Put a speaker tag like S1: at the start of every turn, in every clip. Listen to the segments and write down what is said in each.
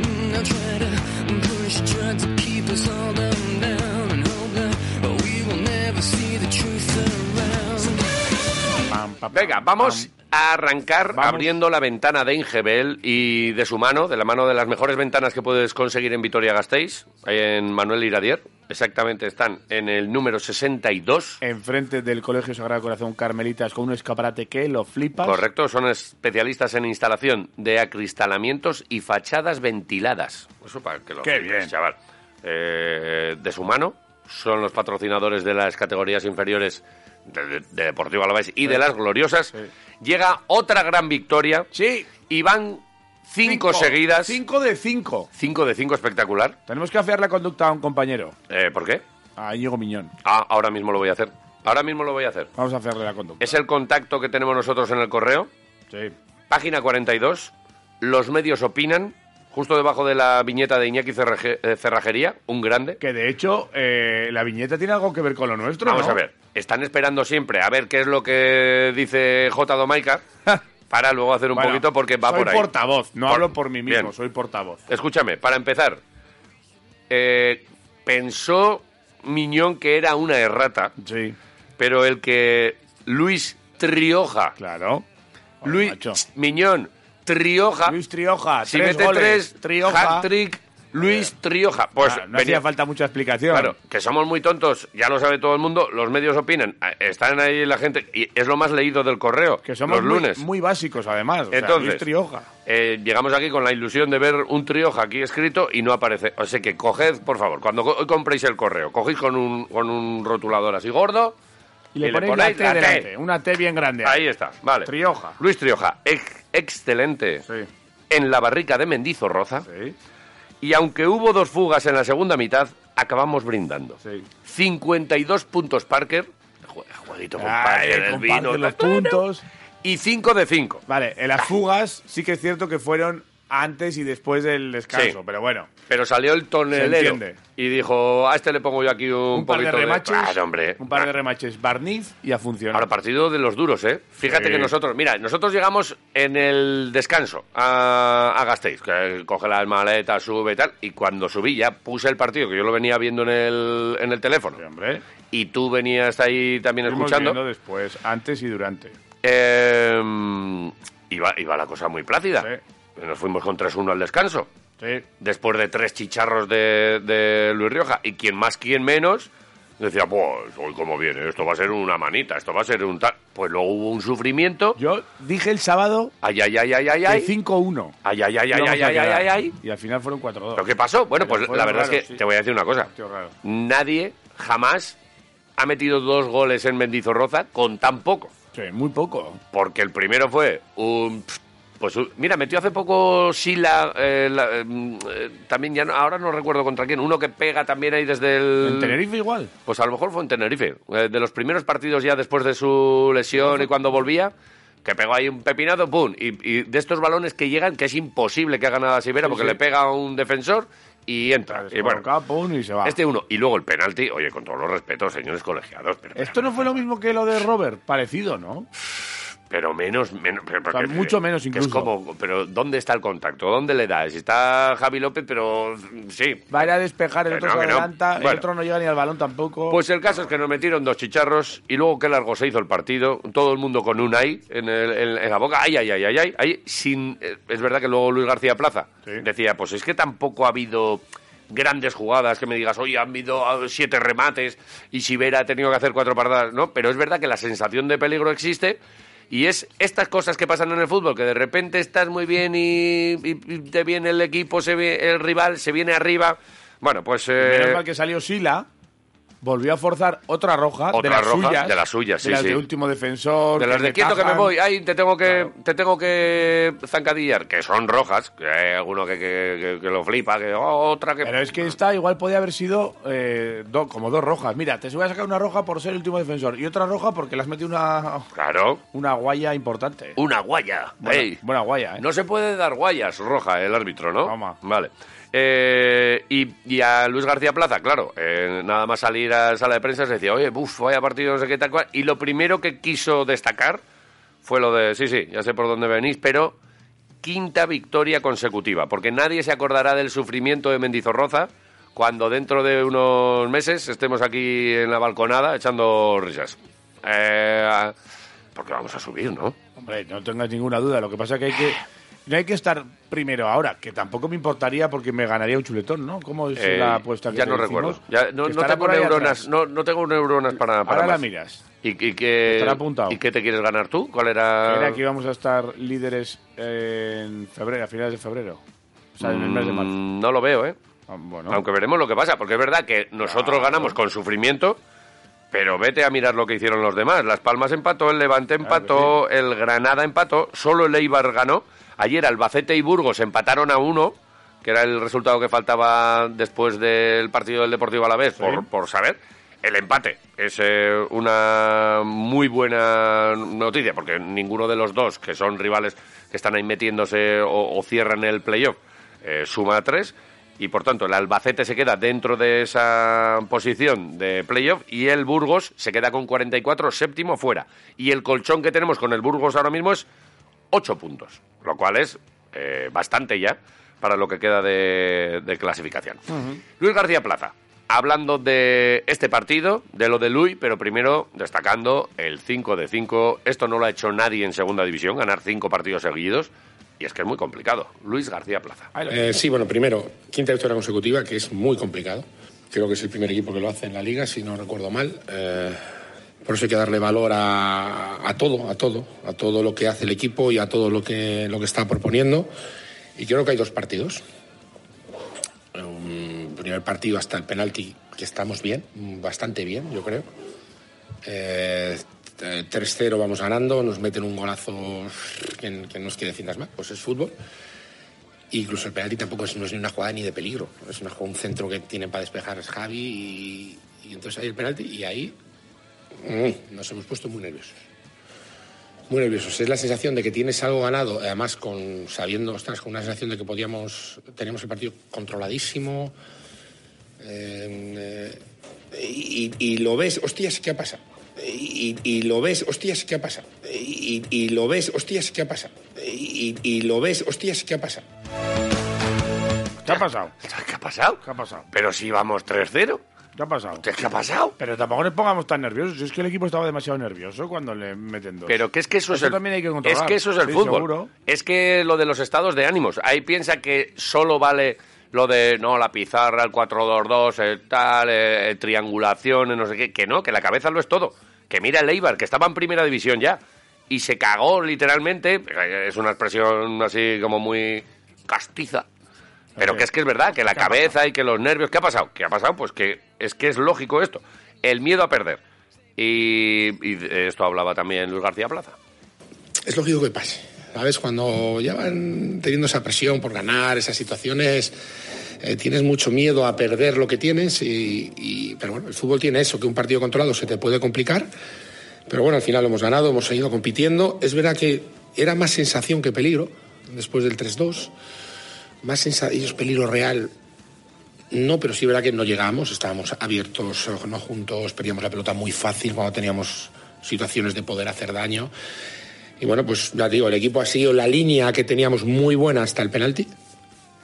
S1: try to push, try to keep us all down, down, and hope that we will never see the truth around.
S2: Venga, vamos a arrancar abriendo la ventana de Ingebel y de su mano, de la mano de las mejores ventanas que puedes conseguir en Vitoria-Gasteiz, en Manuel Iradier. Exactamente, están en el número 62.
S3: Enfrente del Colegio Sagrado Corazón Carmelitas con un escaparate que lo flipas.
S2: Correcto, son especialistas en instalación de acristalamientos y fachadas ventiladas. Eso para que lo
S3: Qué
S2: flipes,
S3: bien.
S2: chaval. Eh, de su mano son los patrocinadores de las categorías inferiores de, de- de Deportivo Alavés y de las gloriosas. Llega otra gran victoria.
S3: Sí.
S2: Y van cinco, seguidas. Cinco.
S3: Cinco de cinco.
S2: de cinco espectacular.
S3: Tenemos que afear la conducta a un compañero,
S2: Eh, ¿Por qué?
S3: a Íñigo Miñón.
S2: Ah, ahora mismo lo voy a hacer. Ahora mismo lo voy a hacer.
S3: Vamos a afearle la conducta.
S2: Es el contacto que tenemos nosotros en el correo.
S3: Sí.
S2: Página 42, los medios opinan, justo debajo de la viñeta de Iñaki Cerraje- eh, Cerrajería, un grande.
S3: Que de hecho, eh, la viñeta tiene algo que ver con lo nuestro.
S2: Vamos
S3: ¿no?
S2: a ver, están esperando siempre a ver qué es lo que dice J. Domaica para luego hacer un
S3: Bueno,
S2: poquito porque va
S3: soy
S2: por ahí.
S3: portavoz, no
S2: Por-
S3: hablo por mí mismo,
S2: Bien.
S3: soy portavoz.
S2: Escúchame, para empezar, eh, pensó Miñón que era una errata,
S3: Sí,
S2: pero el que Luis Trioja,
S3: claro.
S2: Luis
S3: macho.
S2: Miñón, Trioja,
S3: Luis Trioja,
S2: Ah. Si
S3: tres
S2: mete
S3: goles.
S2: tres,
S3: Trioja.
S2: hat-trick, Luis Trioja. Pues
S3: Claro, no
S2: venía-
S3: hacía falta mucha explicación.
S2: Claro, que somos muy tontos, ya lo sabe todo el mundo, los medios opinan, ah, están ahí la gente, y es lo más leído del correo,
S3: Que somos
S2: los
S3: muy-
S2: lunes.
S3: Muy, básicos, además. o sea,
S2: Entonces,
S3: Luis Trioja.
S2: eh, llegamos aquí con la ilusión de ver un Trioja aquí escrito y no aparece. O sea que coged, por favor, cuando co- hoy compréis el correo, cogéis con un, con un rotulador así gordo
S3: Y le ponéis, la T
S2: la T.
S3: delante, una T bien grande.
S2: Ahí está, vale.
S3: Trioja.
S2: Luis Trioja, ex- excelente.
S3: Sí,
S2: En la barrica de Mendizorroza.
S3: sí,
S2: Y aunque hubo dos fugas en la segunda mitad, acabamos brindando.
S3: sí.
S2: 52 puntos Parker. Jue- Jueguito con
S3: Ay,
S2: Parker, el
S3: comparte
S2: vino.
S3: los
S2: tal.
S3: puntos.
S2: Y 5 de 5.
S3: Vale, en las fugas sí que es cierto que fueron antes y después del descanso,
S2: Sí.
S3: pero bueno.
S2: Pero salió el tonelero
S3: entiende.
S2: y dijo, a este le pongo yo aquí un,
S3: Un, par de
S2: poquito
S3: remaches.
S2: Claro, hombre. Ah,
S3: Un par de remaches. Barniz y a funcionar.
S2: Ahora, partido de los duros, ¿eh? Fíjate
S3: Sí.
S2: que nosotros, mira, nosotros llegamos en el descanso a, a Gasteiz, que coge las maletas, sube y tal, y cuando subí ya puse el partido, que yo lo venía viendo en el, en el teléfono,
S3: Sí, hombre.
S2: y tú venías ahí también
S3: Estuvimos
S2: escuchando,
S3: viendo después, antes y durante.
S2: Eh, iba, iba la cosa muy plácida. Nos fuimos con 3-1 al descanso.
S3: Sí.
S2: Después de tres chicharros de, de Luis Rioja. Y quien más, quien menos, decía, pues, hoy cómo viene, esto va a ser una manita, esto va a ser un tal. Pues luego hubo un sufrimiento.
S3: Yo dije el sábado
S2: Ay, ay, ay, ay, ay,
S3: que
S2: ay.
S3: 5-1.
S2: Ay, ay, ay, ay,
S3: íbamos
S2: ay,
S3: a
S2: ay,
S3: quedar.
S2: ay, ay.
S3: Y al final fueron 4-2.
S2: ¿Pero qué pasó? Bueno,
S3: Pero
S2: pues
S3: fue
S2: la verdad
S3: raro,
S2: es que
S3: sí.
S2: te voy a decir una cosa.
S3: Tío, raro.
S2: Nadie jamás ha metido dos goles en Mendizorroza con tan poco.
S3: Sí, muy poco.
S2: Porque el primero fue un... pf, Pues un- mira, metió hace poco Sila, eh, la- eh, mm, eh, también ya no- ahora no recuerdo contra quién, uno que pega también ahí desde el...
S3: En Tenerife igual.
S2: Pues a lo mejor fue en Tenerife, eh, de los primeros partidos ya después de su lesión y cuando volvía, que pegó ahí un pepinazo, ¡pum! Y, y de estos balones que llegan, que es imposible que haga nada Sibera,
S3: Sí,
S2: porque
S3: sí.
S2: le pega a un defensor y entra. Y bueno,
S3: Descolocado, pum, y se va.
S2: este uno. Y luego el penalti, oye, con todos los respetos, señores colegiados, pero,
S3: Esto no fue lo mismo que lo de Robert, parecido, ¿no?
S2: Pero menos, menos pero-
S3: sea,
S2: porque-
S3: mucho menos
S2: que
S3: incluso.
S2: Es como, pero ¿dónde está el contacto? ¿Dónde le das? Está Javi López, pero mm, sí.
S3: Va a ir a despejar, el
S2: Que
S3: otro
S2: no,
S3: se
S2: que no.
S3: adelanta, el
S2: Bueno.
S3: otro no llega ni al balón tampoco.
S2: Pues el caso es que nos metieron dos chicharros y luego qué largo se hizo el partido. Todo el mundo con un ay en, el- en- en la boca. Ay, ay, ay, ay, ay. ay, sin, eh, es verdad que luego Luis García Plaza
S3: Sí.
S2: decía, pues es que tampoco ha habido grandes jugadas que me digas, oye, han habido ah, siete remates y Sibera ha tenido que hacer cuatro paradas. No, pero es verdad que la sensación de peligro existe. Y es estas cosas que pasan en el fútbol, que de repente estás muy bien y, y- y te viene el equipo, se ve- el rival se viene arriba. Bueno, pues...
S3: Menos
S2: eh,
S3: mal que salió Sila, volvió a forzar otra roja, de
S2: Otra
S3: las
S2: roja,
S3: suyas.
S2: de las suyas, sí,
S3: De las
S2: sí.
S3: de último defensor.
S2: De las de quieto que me
S3: tajan.
S2: voy, ah, ay, te tengo que, te tengo que zancadillar, que son rojas, que hay alguno que, que- que- que lo flipa, que oh, otra que...
S3: Pero es que esta igual podía haber sido eh, do- como dos rojas. Mira, te voy a sacar una roja por ser el último defensor y otra roja porque le has metido una,
S2: Claro,
S3: una guaya importante.
S2: una guaya.
S3: Buena,
S2: ey.
S3: buena guaya, ¿eh?
S2: No se puede dar guayas roja el árbitro, ¿no?
S3: Toma.
S2: Vale. Eh, y, y a Luis García Plaza, claro, eh, nada más salir a sala de prensa se decía, oye, buf, vaya partido, no sé qué tal cual. Y lo primero que quiso destacar fue lo de, sí, sí, ya sé por dónde venís, pero quinta victoria consecutiva, porque nadie se acordará del sufrimiento de Mendizorroza cuando dentro de unos meses estemos aquí en la balconada echando risas. Eh, porque vamos a subir, ¿no?
S3: Hombre, no tengas ninguna duda. Lo que pasa es que hay que. No hay que estar primero ahora, que tampoco me importaría porque me ganaría un chuletón, ¿no? ¿Cómo es
S2: Eh,
S3: la apuesta que
S2: ya
S3: te
S2: no
S3: hicimos?
S2: recuerdo. Ya, no,
S3: Que
S2: no
S3: estará
S2: tengo
S3: por ahí
S2: neuronas,
S3: atrás.
S2: no, no tengo neuronas para, para
S3: Ahora la
S2: más.
S3: miras.
S2: ¿Y, y qué,
S3: Estará apuntado.
S2: ¿Y qué te quieres ganar tú? ¿Cuál era?
S3: Era que íbamos a estar líderes en febrero, a finales de febrero. O sea, en el mes de marzo.
S2: Mm, No lo veo, ¿eh?
S3: Ah, Bueno,
S2: Aunque veremos lo que pasa, porque es verdad que nosotros ganamos con sufrimiento, pero vete a mirar lo que hicieron los demás. Las Palmas empató, el Levante empató, el Granada empató, solo el Eibar ganó. Ayer Albacete y Burgos empataron a uno, que era el resultado que faltaba después del partido del Deportivo a la vez, por, por saber. El empate es eh, una muy buena noticia, porque ninguno de los dos, que son rivales que están ahí metiéndose o, o cierran el playoff, eh, suma tres y por tanto el Albacete se queda dentro de esa posición de playoff y el Burgos se queda con 44 séptimo fuera y el colchón que tenemos con el Burgos ahora mismo es 8 puntos lo cual es eh, bastante ya para lo que queda de, de clasificación Luis García Plaza hablando de este partido de lo de Luis pero primero destacando el 5 de 5 esto no lo ha hecho nadie en segunda división ganar 5 partidos seguidos y es que es muy complicado Luis García Plaza
S4: Eh, sí, bueno, primero, quinta victoria consecutiva, que es muy complicado. Creo que es el primer equipo que lo hace en la liga, si no recuerdo mal. Eh, por eso hay que darle valor a, a todo, a todo, a todo lo que hace el equipo y a todo lo que, lo que está proponiendo. Y creo que hay dos partidos. Un primer partido hasta el penalti, que estamos bien, bastante bien, yo creo. Eh, eh, 3-0 vamos ganando, nos meten un golazo que, que no es que defiendas más, pues es fútbol. Incluso el penalti tampoco es, no es ni una jugada ni de peligro. Es una, jugada- un centro que tienen para despejar es Javi y, y entonces hay el penalti y ahí mm, nos hemos puesto muy nerviosos. Muy nerviosos. Es la sensación de que tienes algo ganado, además con sabiendo, ostras, con una sensación de que podíamos, teníamos el partido controladísimo. eh, eh, y, y- y lo ves, hostias, ¿qué ha pasado? Y, y- y lo ves, hostias, ¿qué ha pasado? Y, y- y lo ves, hostias, ¿qué ha pasado? Y, y- y lo ves, hostias, ¿qué ha pasado?
S3: ¿Qué ha pasado?
S2: ¿Qué ha pasado?
S3: ¿Qué ha pasado?
S2: Pero si vamos 3-0.
S3: ¿Qué ha pasado?
S2: ¿Qué ha pasado?
S3: Pero tampoco nos pongamos tan nerviosos. Es que el equipo estaba demasiado nervioso cuando le meten dos.
S2: Pero que es que eso,
S3: Eso
S2: es el,
S3: también hay que
S2: es
S3: controlar.
S2: que eso es el
S3: Sí,
S2: fútbol.
S3: seguro.
S2: Es que lo de los estados de ánimos. Ahí piensa que solo vale lo de no la pizarra, el 4-2-2, el tal, eh, triangulación, eh, no sé qué. Que no, que la cabeza lo es todo. Que mira el Eibar, que estaba en primera división ya. Y se cagó literalmente. Eh, Es una expresión así como muy castiza. Pero
S3: Ok.
S2: que es que es verdad, que la cabeza y que los nervios. ¿Qué ha pasado? ¿Qué ha pasado? Pues que es que es lógico esto. El miedo a perder. Y, y de esto hablaba también Luis García Plaza.
S4: es lógico que pase. ¿Sabes? Cuando ya van teniendo esa presión por ganar, esas situaciones, eh, tienes mucho miedo a perder lo que tienes. Y, y- pero bueno, el fútbol tiene eso, que un partido controlado se te puede complicar. Pero bueno, al final lo hemos ganado, hemos seguido compitiendo. Es verdad que era más sensación que peligro después del 3-2. Más sensación, es peligro real. No, pero sí es verdad que no llegamos, estábamos abiertos, no juntos, perdíamos la pelota muy fácil cuando teníamos situaciones de poder hacer daño. Y bueno, pues ya te digo, el equipo ha seguido la línea que teníamos muy buena hasta el penalti.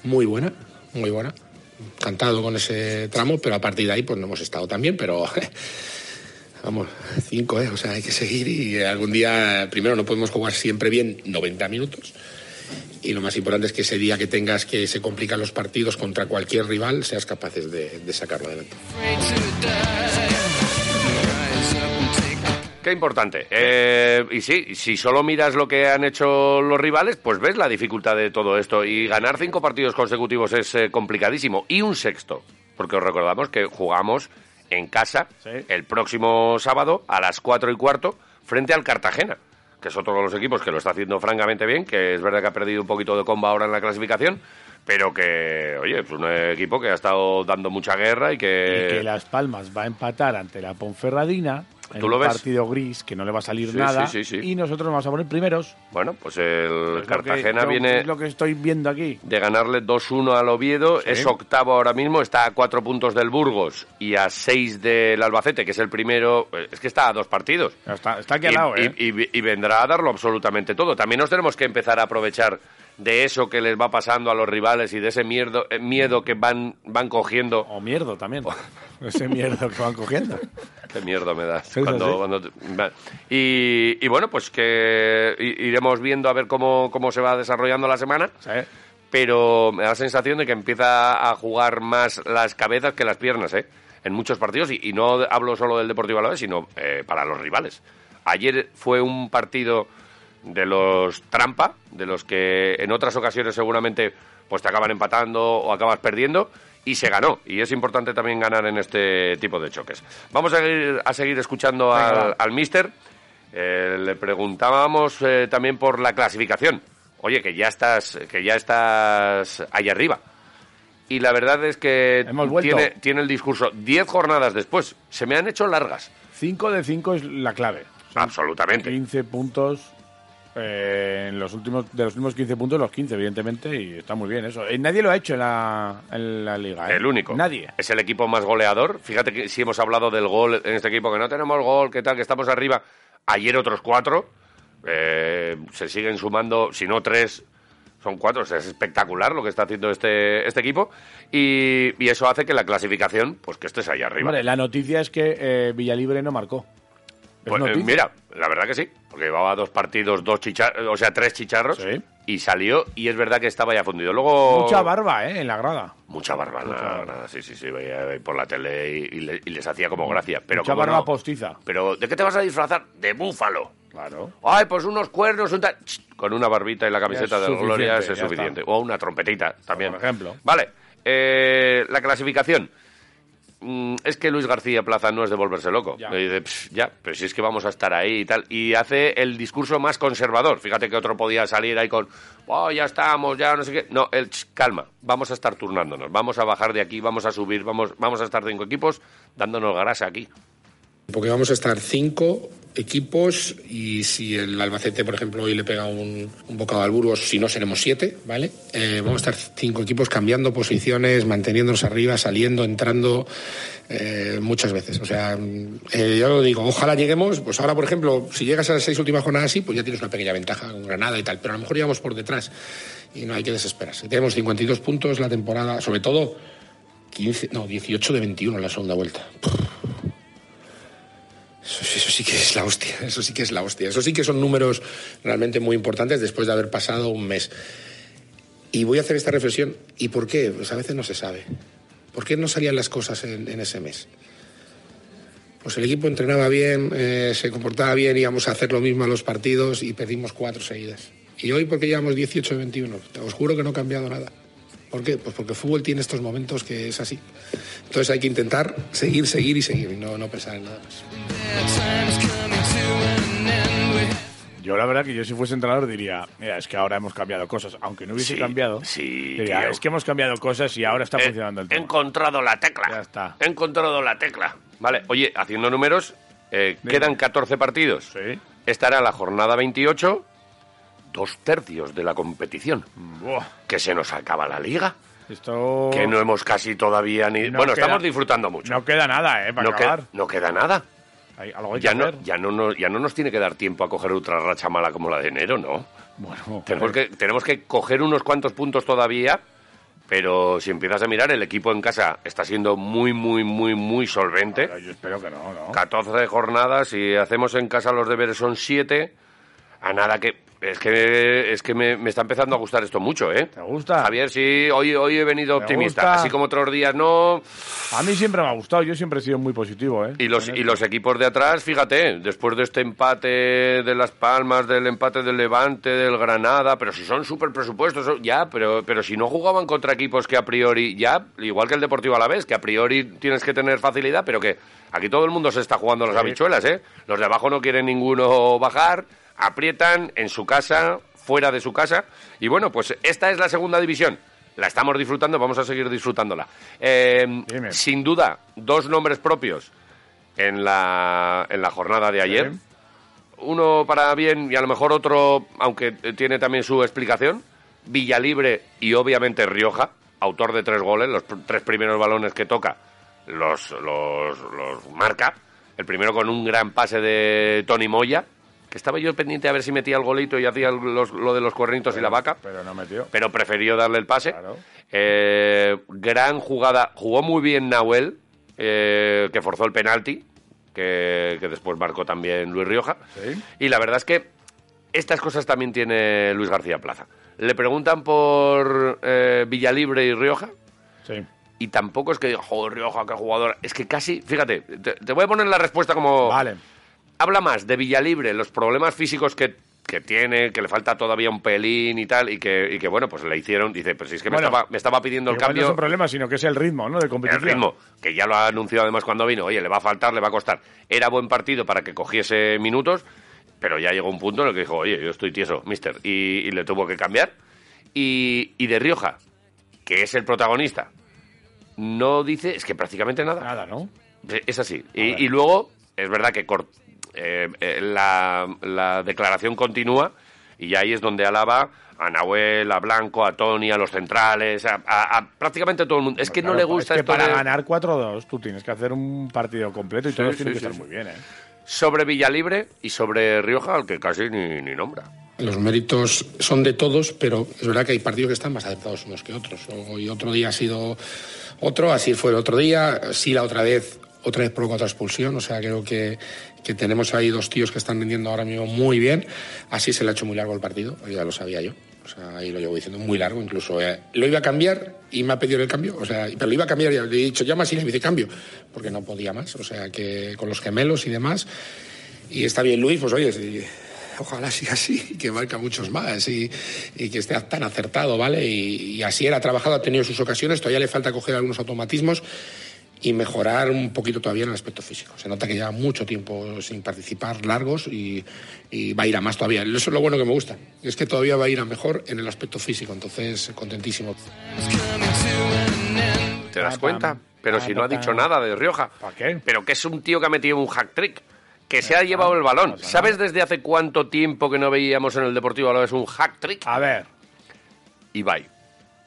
S4: Muy buena, muy buena. Encantado con ese tramo, pero a partir de ahí pues no hemos estado tan bien, pero vamos, cinco, ¿eh? O sea, hay que seguir y algún día, primero, no podemos jugar siempre bien 90 minutos. Y lo más importante es que ese día que tengas que se complican los partidos contra cualquier rival, seas capaces de, de sacarlo adelante.
S1: Afraid to die. Rise up and take the
S2: Qué importante. Eh, y sí, si solo miras lo que han hecho los rivales, pues ves la dificultad de todo esto. Y ganar cinco partidos consecutivos es eh, complicadísimo. Y un sexto, porque os recordamos que jugamos en casa
S3: Sí.
S2: el próximo sábado a las cuatro y cuarto frente al Cartagena, que es otro de los equipos que lo está haciendo francamente bien, que es verdad que ha perdido un poquito de comba ahora en la clasificación, pero que, oye, es un equipo que ha estado dando mucha guerra y que...
S3: Y que Las Palmas va a empatar ante la Ponferradina en
S2: ¿Tú lo
S3: un
S2: ves?
S3: partido gris que no le va a salir
S2: Sí,
S3: nada.
S2: sí, sí, sí.
S3: Y nosotros nos vamos a poner primeros.
S2: Bueno, pues el
S3: Es lo que-
S2: Cartagena
S3: yo-
S2: viene...
S3: Es lo que estoy viendo aquí.
S2: de ganarle 2-1 al Oviedo. Es octavo ahora mismo, está a cuatro puntos del Burgos y a seis del Albacete, que es el primero. Eh, Es que está a dos partidos.
S3: Está, está aquí
S2: Y,
S3: al lado, ¿eh?
S2: y- y- y vendrá a darlo absolutamente todo. También nos tenemos que empezar a aprovechar de eso que les va pasando a los rivales y de ese mierdo- eh, miedo que van, van cogiendo.
S3: O mierdo también.
S2: Oh.
S3: Ese mierdo que van cogiendo.
S2: Qué mierda me das.
S3: ¿Es
S2: Cuando,
S3: así?
S2: cuando te- va. y, y bueno, pues que i- iremos viendo a ver cómo, cómo se va desarrollando la semana.
S3: ¿Sabes?
S2: Pero me da la sensación de que empieza a jugar más las cabezas que las piernas, ¿eh? En muchos partidos. Y, y no hablo solo del Deportivo Alavés, sino eh, para los rivales. Ayer fue un partido de los trampa, de los que en otras ocasiones seguramente pues te acaban empatando o acabas perdiendo y se ganó. Y es importante también ganar en este tipo de choques. Vamos a ir- a seguir escuchando
S3: Venga,
S2: al,
S3: va.
S2: al míster. Eh, le preguntábamos eh, también por la clasificación. Oye, que ya estás, que ya estás allá arriba. Y la verdad es que
S3: Hemos vuelto.
S2: tiene, tiene el discurso 10 jornadas después. Se me han hecho largas.
S3: 5 de 5 es la clave.
S2: Absolutamente.
S3: 15 puntos. eh, en los últimos, de los últimos 15 puntos, los 15, evidentemente, y está muy bien eso. Eh, nadie lo ha hecho en la, en la liga. ¿eh?
S2: El único.
S3: Nadie.
S2: Es el equipo más goleador. Fíjate que si hemos hablado del gol en este equipo, que no tenemos gol, que tal, que estamos arriba. Ayer otros cuatro. eh, se siguen sumando, si no tres, son cuatro. O sea, es espectacular lo que está haciendo este, este equipo. Y, y eso hace que la clasificación, pues que estés ahí arriba.
S3: Hombre, la noticia es que eh, Villalibre no marcó. Es
S2: Pues, eh,
S3: noticia.
S2: mira, la verdad que sí. Porque llevaba dos partidos, dos chicharros, o sea, tres chicharros.
S3: Sí.
S2: Y salió, y es verdad que estaba ya fundido. Luego.
S3: Mucha barba, ¿eh? En la grada.
S2: Mucha barba,
S3: Mucha
S2: nada,
S3: barba.
S2: nada, sí, sí, sí, veía ahí por la tele y, y le- y les hacía como gracia. Pero
S3: Mucha
S2: como
S3: barba
S2: no.
S3: postiza.
S2: Pero, ¿de qué te vas a disfrazar? De búfalo.
S3: Claro.
S2: Ay, pues unos cuernos, un tal... Ch, Con una barbita y la camiseta
S3: es
S2: de Gloria es
S3: suficiente, ya
S2: suficiente.
S3: está.
S2: O una trompetita también.
S3: Por ejemplo.
S2: Vale, eh, la clasificación. Mm, es que Luis García Plaza no es de volverse loco.
S3: Ya.
S2: Eh, dice, "Pss, ya, pero si es que vamos a estar ahí y tal. Y hace el discurso más conservador. Fíjate que otro podía salir ahí con, oh, ya estamos, ya no sé qué. No, el "Ch, calma, vamos a estar turnándonos, vamos a bajar de aquí, vamos a subir, vamos, vamos a estar cinco equipos dándonos garasa aquí.
S4: Porque vamos a estar cinco equipos y si el Albacete, por ejemplo, hoy le pega un, un bocado al Burgos, si no seremos siete, ¿vale? Eh, vamos a estar cinco equipos cambiando posiciones, manteniéndonos arriba, saliendo, entrando eh, muchas veces. O sea, mm, eh, yo lo digo, ojalá lleguemos, pues ahora, por ejemplo, si llegas a las seis últimas jornadas así, pues ya tienes una pequeña ventaja con Granada y tal, pero a lo mejor llegamos por detrás y no hay que desesperarse. Tenemos 52 puntos la temporada, sobre todo 15, no, 18 de 21 en la segunda vuelta. Eso, sí- eso sí que es la hostia, eso sí que es la hostia. Eso sí que son números realmente muy importantes después de haber pasado un mes. Y voy a hacer esta reflexión. ¿Y por qué? Pues a veces no se sabe. ¿Por qué no salían las cosas en, en ese mes? Pues el equipo entrenaba bien, eh, se comportaba bien, íbamos a hacer lo mismo a los partidos y perdimos cuatro seguidas. Y hoy, porque llevamos 18 de 21? Os juro que no ha cambiado nada. ¿Por qué? Pues porque el fútbol tiene estos momentos que es así. Entonces hay que intentar seguir, seguir y seguir y no, no pensar en nada más.
S1: That time's coming to an end. We
S3: Yo la verdad que yo si fuese entrenador diría, mira, es que ahora hemos cambiado cosas, aunque no hubiese
S2: Sí,
S3: cambiado.
S2: sí,
S3: diría,
S2: tío. Eh,
S3: es que hemos cambiado cosas y ahora está
S2: He-
S3: funcionando el
S2: He
S3: tema.
S2: encontrado la tecla.
S3: Ya está.
S2: He encontrado la tecla. Vale, oye, haciendo números, eh,
S3: Venga.
S2: quedan 14 partidos.
S3: Sí.
S2: Estará la jornada 28, dos tercios de la competición.
S3: Buah,
S2: Que se nos acaba la liga.
S3: esto
S2: Mm. Que no hemos casi todavía ni.
S3: Oh. No
S2: bueno,
S3: queda-
S2: estamos disfrutando mucho.
S3: no queda nada, eh, para
S2: No que-
S3: acabar.
S2: no queda nada.
S3: Hay algo hay
S2: Ya
S3: que
S2: no,
S3: hacer.
S2: ya, no, nos- ya no nos tiene que dar tiempo a coger otra racha mala como la de enero, ¿no?
S3: Bueno,
S2: Tenemos
S3: eh,
S2: que, tenemos que coger unos cuantos puntos todavía, pero si empiezas a mirar, el equipo en casa está siendo muy, muy, muy, muy solvente.
S3: pero yo espero que no, ¿no?
S2: 14 jornadas, si hacemos en casa los deberes son 7. A nada que. Es que, es que me, me está empezando a gustar esto mucho, ¿eh?
S3: ¿Te gusta?
S2: Javier, sí, hoy, hoy he venido
S3: Me
S2: optimista.
S3: gusta.
S2: Así como otros días no.
S3: A mí siempre me ha gustado, yo siempre he sido muy positivo, eh.
S2: Y los, y los equipos de atrás, fíjate, después de este empate de Las Palmas, del empate del Levante, del Granada, pero si son súper presupuestos, son- ya, pero, pero si no jugaban contra equipos que a priori, ya, igual que el Deportivo Alavés, que a priori tienes que tener facilidad, pero que aquí todo el mundo se está jugando las habichuelas, ¿eh? Los de abajo no quieren ninguno bajar, aprietan en su casa, fuera de su casa, y bueno, pues esta es la segunda división. La estamos disfrutando, vamos a seguir disfrutándola. Eh,
S3: Dime.
S2: sin duda, dos nombres propios en la, en la jornada de ayer.
S3: Sí.
S2: Uno para bien y a lo mejor otro, aunque eh, tiene también su explicación. Villalibre y obviamente Rioja, autor de tres goles, los pr- tres primeros balones que toca los, los, los marca. El primero con un gran pase de Tony Moya, que estaba yo pendiente a ver si metía el golito y hacía los- lo de los cuernitos y la vaca,
S3: Pero no metió.
S2: pero prefirió darle el pase.
S3: Claro.
S2: Eh, gran jugada, jugó muy bien Nahuel, eh, que forzó el penalti, que, que después marcó también Luis Rioja.
S3: Sí.
S2: Y la verdad es que estas cosas también tiene Luis García Plaza. Le preguntan por eh, Villalibre y Rioja,
S3: Sí.
S2: y tampoco es que diga, joder, Rioja, qué jugador. Es que casi, fíjate, te, te voy a poner la respuesta como.
S3: Vale.
S2: Habla más de Villalibre, los problemas físicos que, que tiene, que le falta todavía un pelín y tal, y que, y que bueno, pues le hicieron. Dice, pues si es que
S3: Bueno,
S2: me, estaba, me estaba pidiendo el
S3: Igual No es
S2: cambio.
S3: un problema, sino que es el ritmo, ¿no? De
S2: el
S3: competición.
S2: ritmo, que ya lo ha anunciado además cuando vino, oye, le va a faltar, le va a costar. Era buen partido para que cogiese minutos, pero ya llegó un punto en el que dijo, oye, yo estoy tieso, mister, y, y le tuvo que cambiar. Y, y de Rioja, que es el protagonista, no dice, es que prácticamente nada.
S3: Nada, ¿no?
S2: Sí, Eh, Es así. Y, y luego, es verdad que cor- eh, eh, la, la declaración continúa y ahí es donde alaba a Nahuel, a Blanco, a Tony, a los centrales, a, a- a prácticamente todo el mundo. Es que no
S3: Claro,
S2: le gusta
S3: es que
S2: esto
S3: para
S2: de-
S3: ganar 4-2 tú tienes que hacer un partido completo y todos
S2: sí,
S3: tienen que
S2: sí,
S3: estar
S2: sí.
S3: muy bien, ¿eh?
S2: sobre Villalibre y sobre Rioja, al que casi ni, ni nombra.
S4: Los méritos son de todos, pero es verdad que hay partidos que están más adaptados unos que otros. Hoy otro día ha sido otro, así fue el otro día, sí la otra vez, otra vez provocó otra expulsión, o sea, creo que, que tenemos ahí dos tíos que están rindiendo ahora mismo muy bien. Así se le ha hecho muy largo el partido, pues ya lo sabía yo. O sea, ahí lo llevo diciendo muy largo, incluso eh, lo iba a cambiar y me ha pedido el cambio, o sea, pero lo iba a cambiar y le he dicho, llama así, le dice cambio, porque no podía más, o sea, que con los gemelos y demás, y está bien Luis, pues oye, sí, ojalá siga así, y que marca muchos más y, y que esté tan acertado, ¿vale? Y, y así él ha trabajado, ha tenido sus ocasiones, todavía le falta coger algunos automatismos y mejorar un poquito todavía en el aspecto físico. Se nota que lleva mucho tiempo sin participar, largos, y, y va a ir a más todavía. Eso es lo bueno que me gusta, es que todavía va a ir a mejor en el aspecto físico, entonces contentísimo.
S1: It's coming to an end.
S2: ¿Te das
S3: Pam,
S2: cuenta?
S3: pam.
S2: Pero
S3: Pam,
S2: si no ha
S3: pam.
S2: dicho nada de Rioja.
S3: ¿Para qué?
S2: Pero que es un tío que ha metido un hack trick. Que se ha llevado el
S3: no
S2: balón.
S3: pasa
S2: ¿Sabes desde hace cuánto tiempo que no veíamos en el Deportivo es un hack trick?
S3: A ver.
S2: Ibai.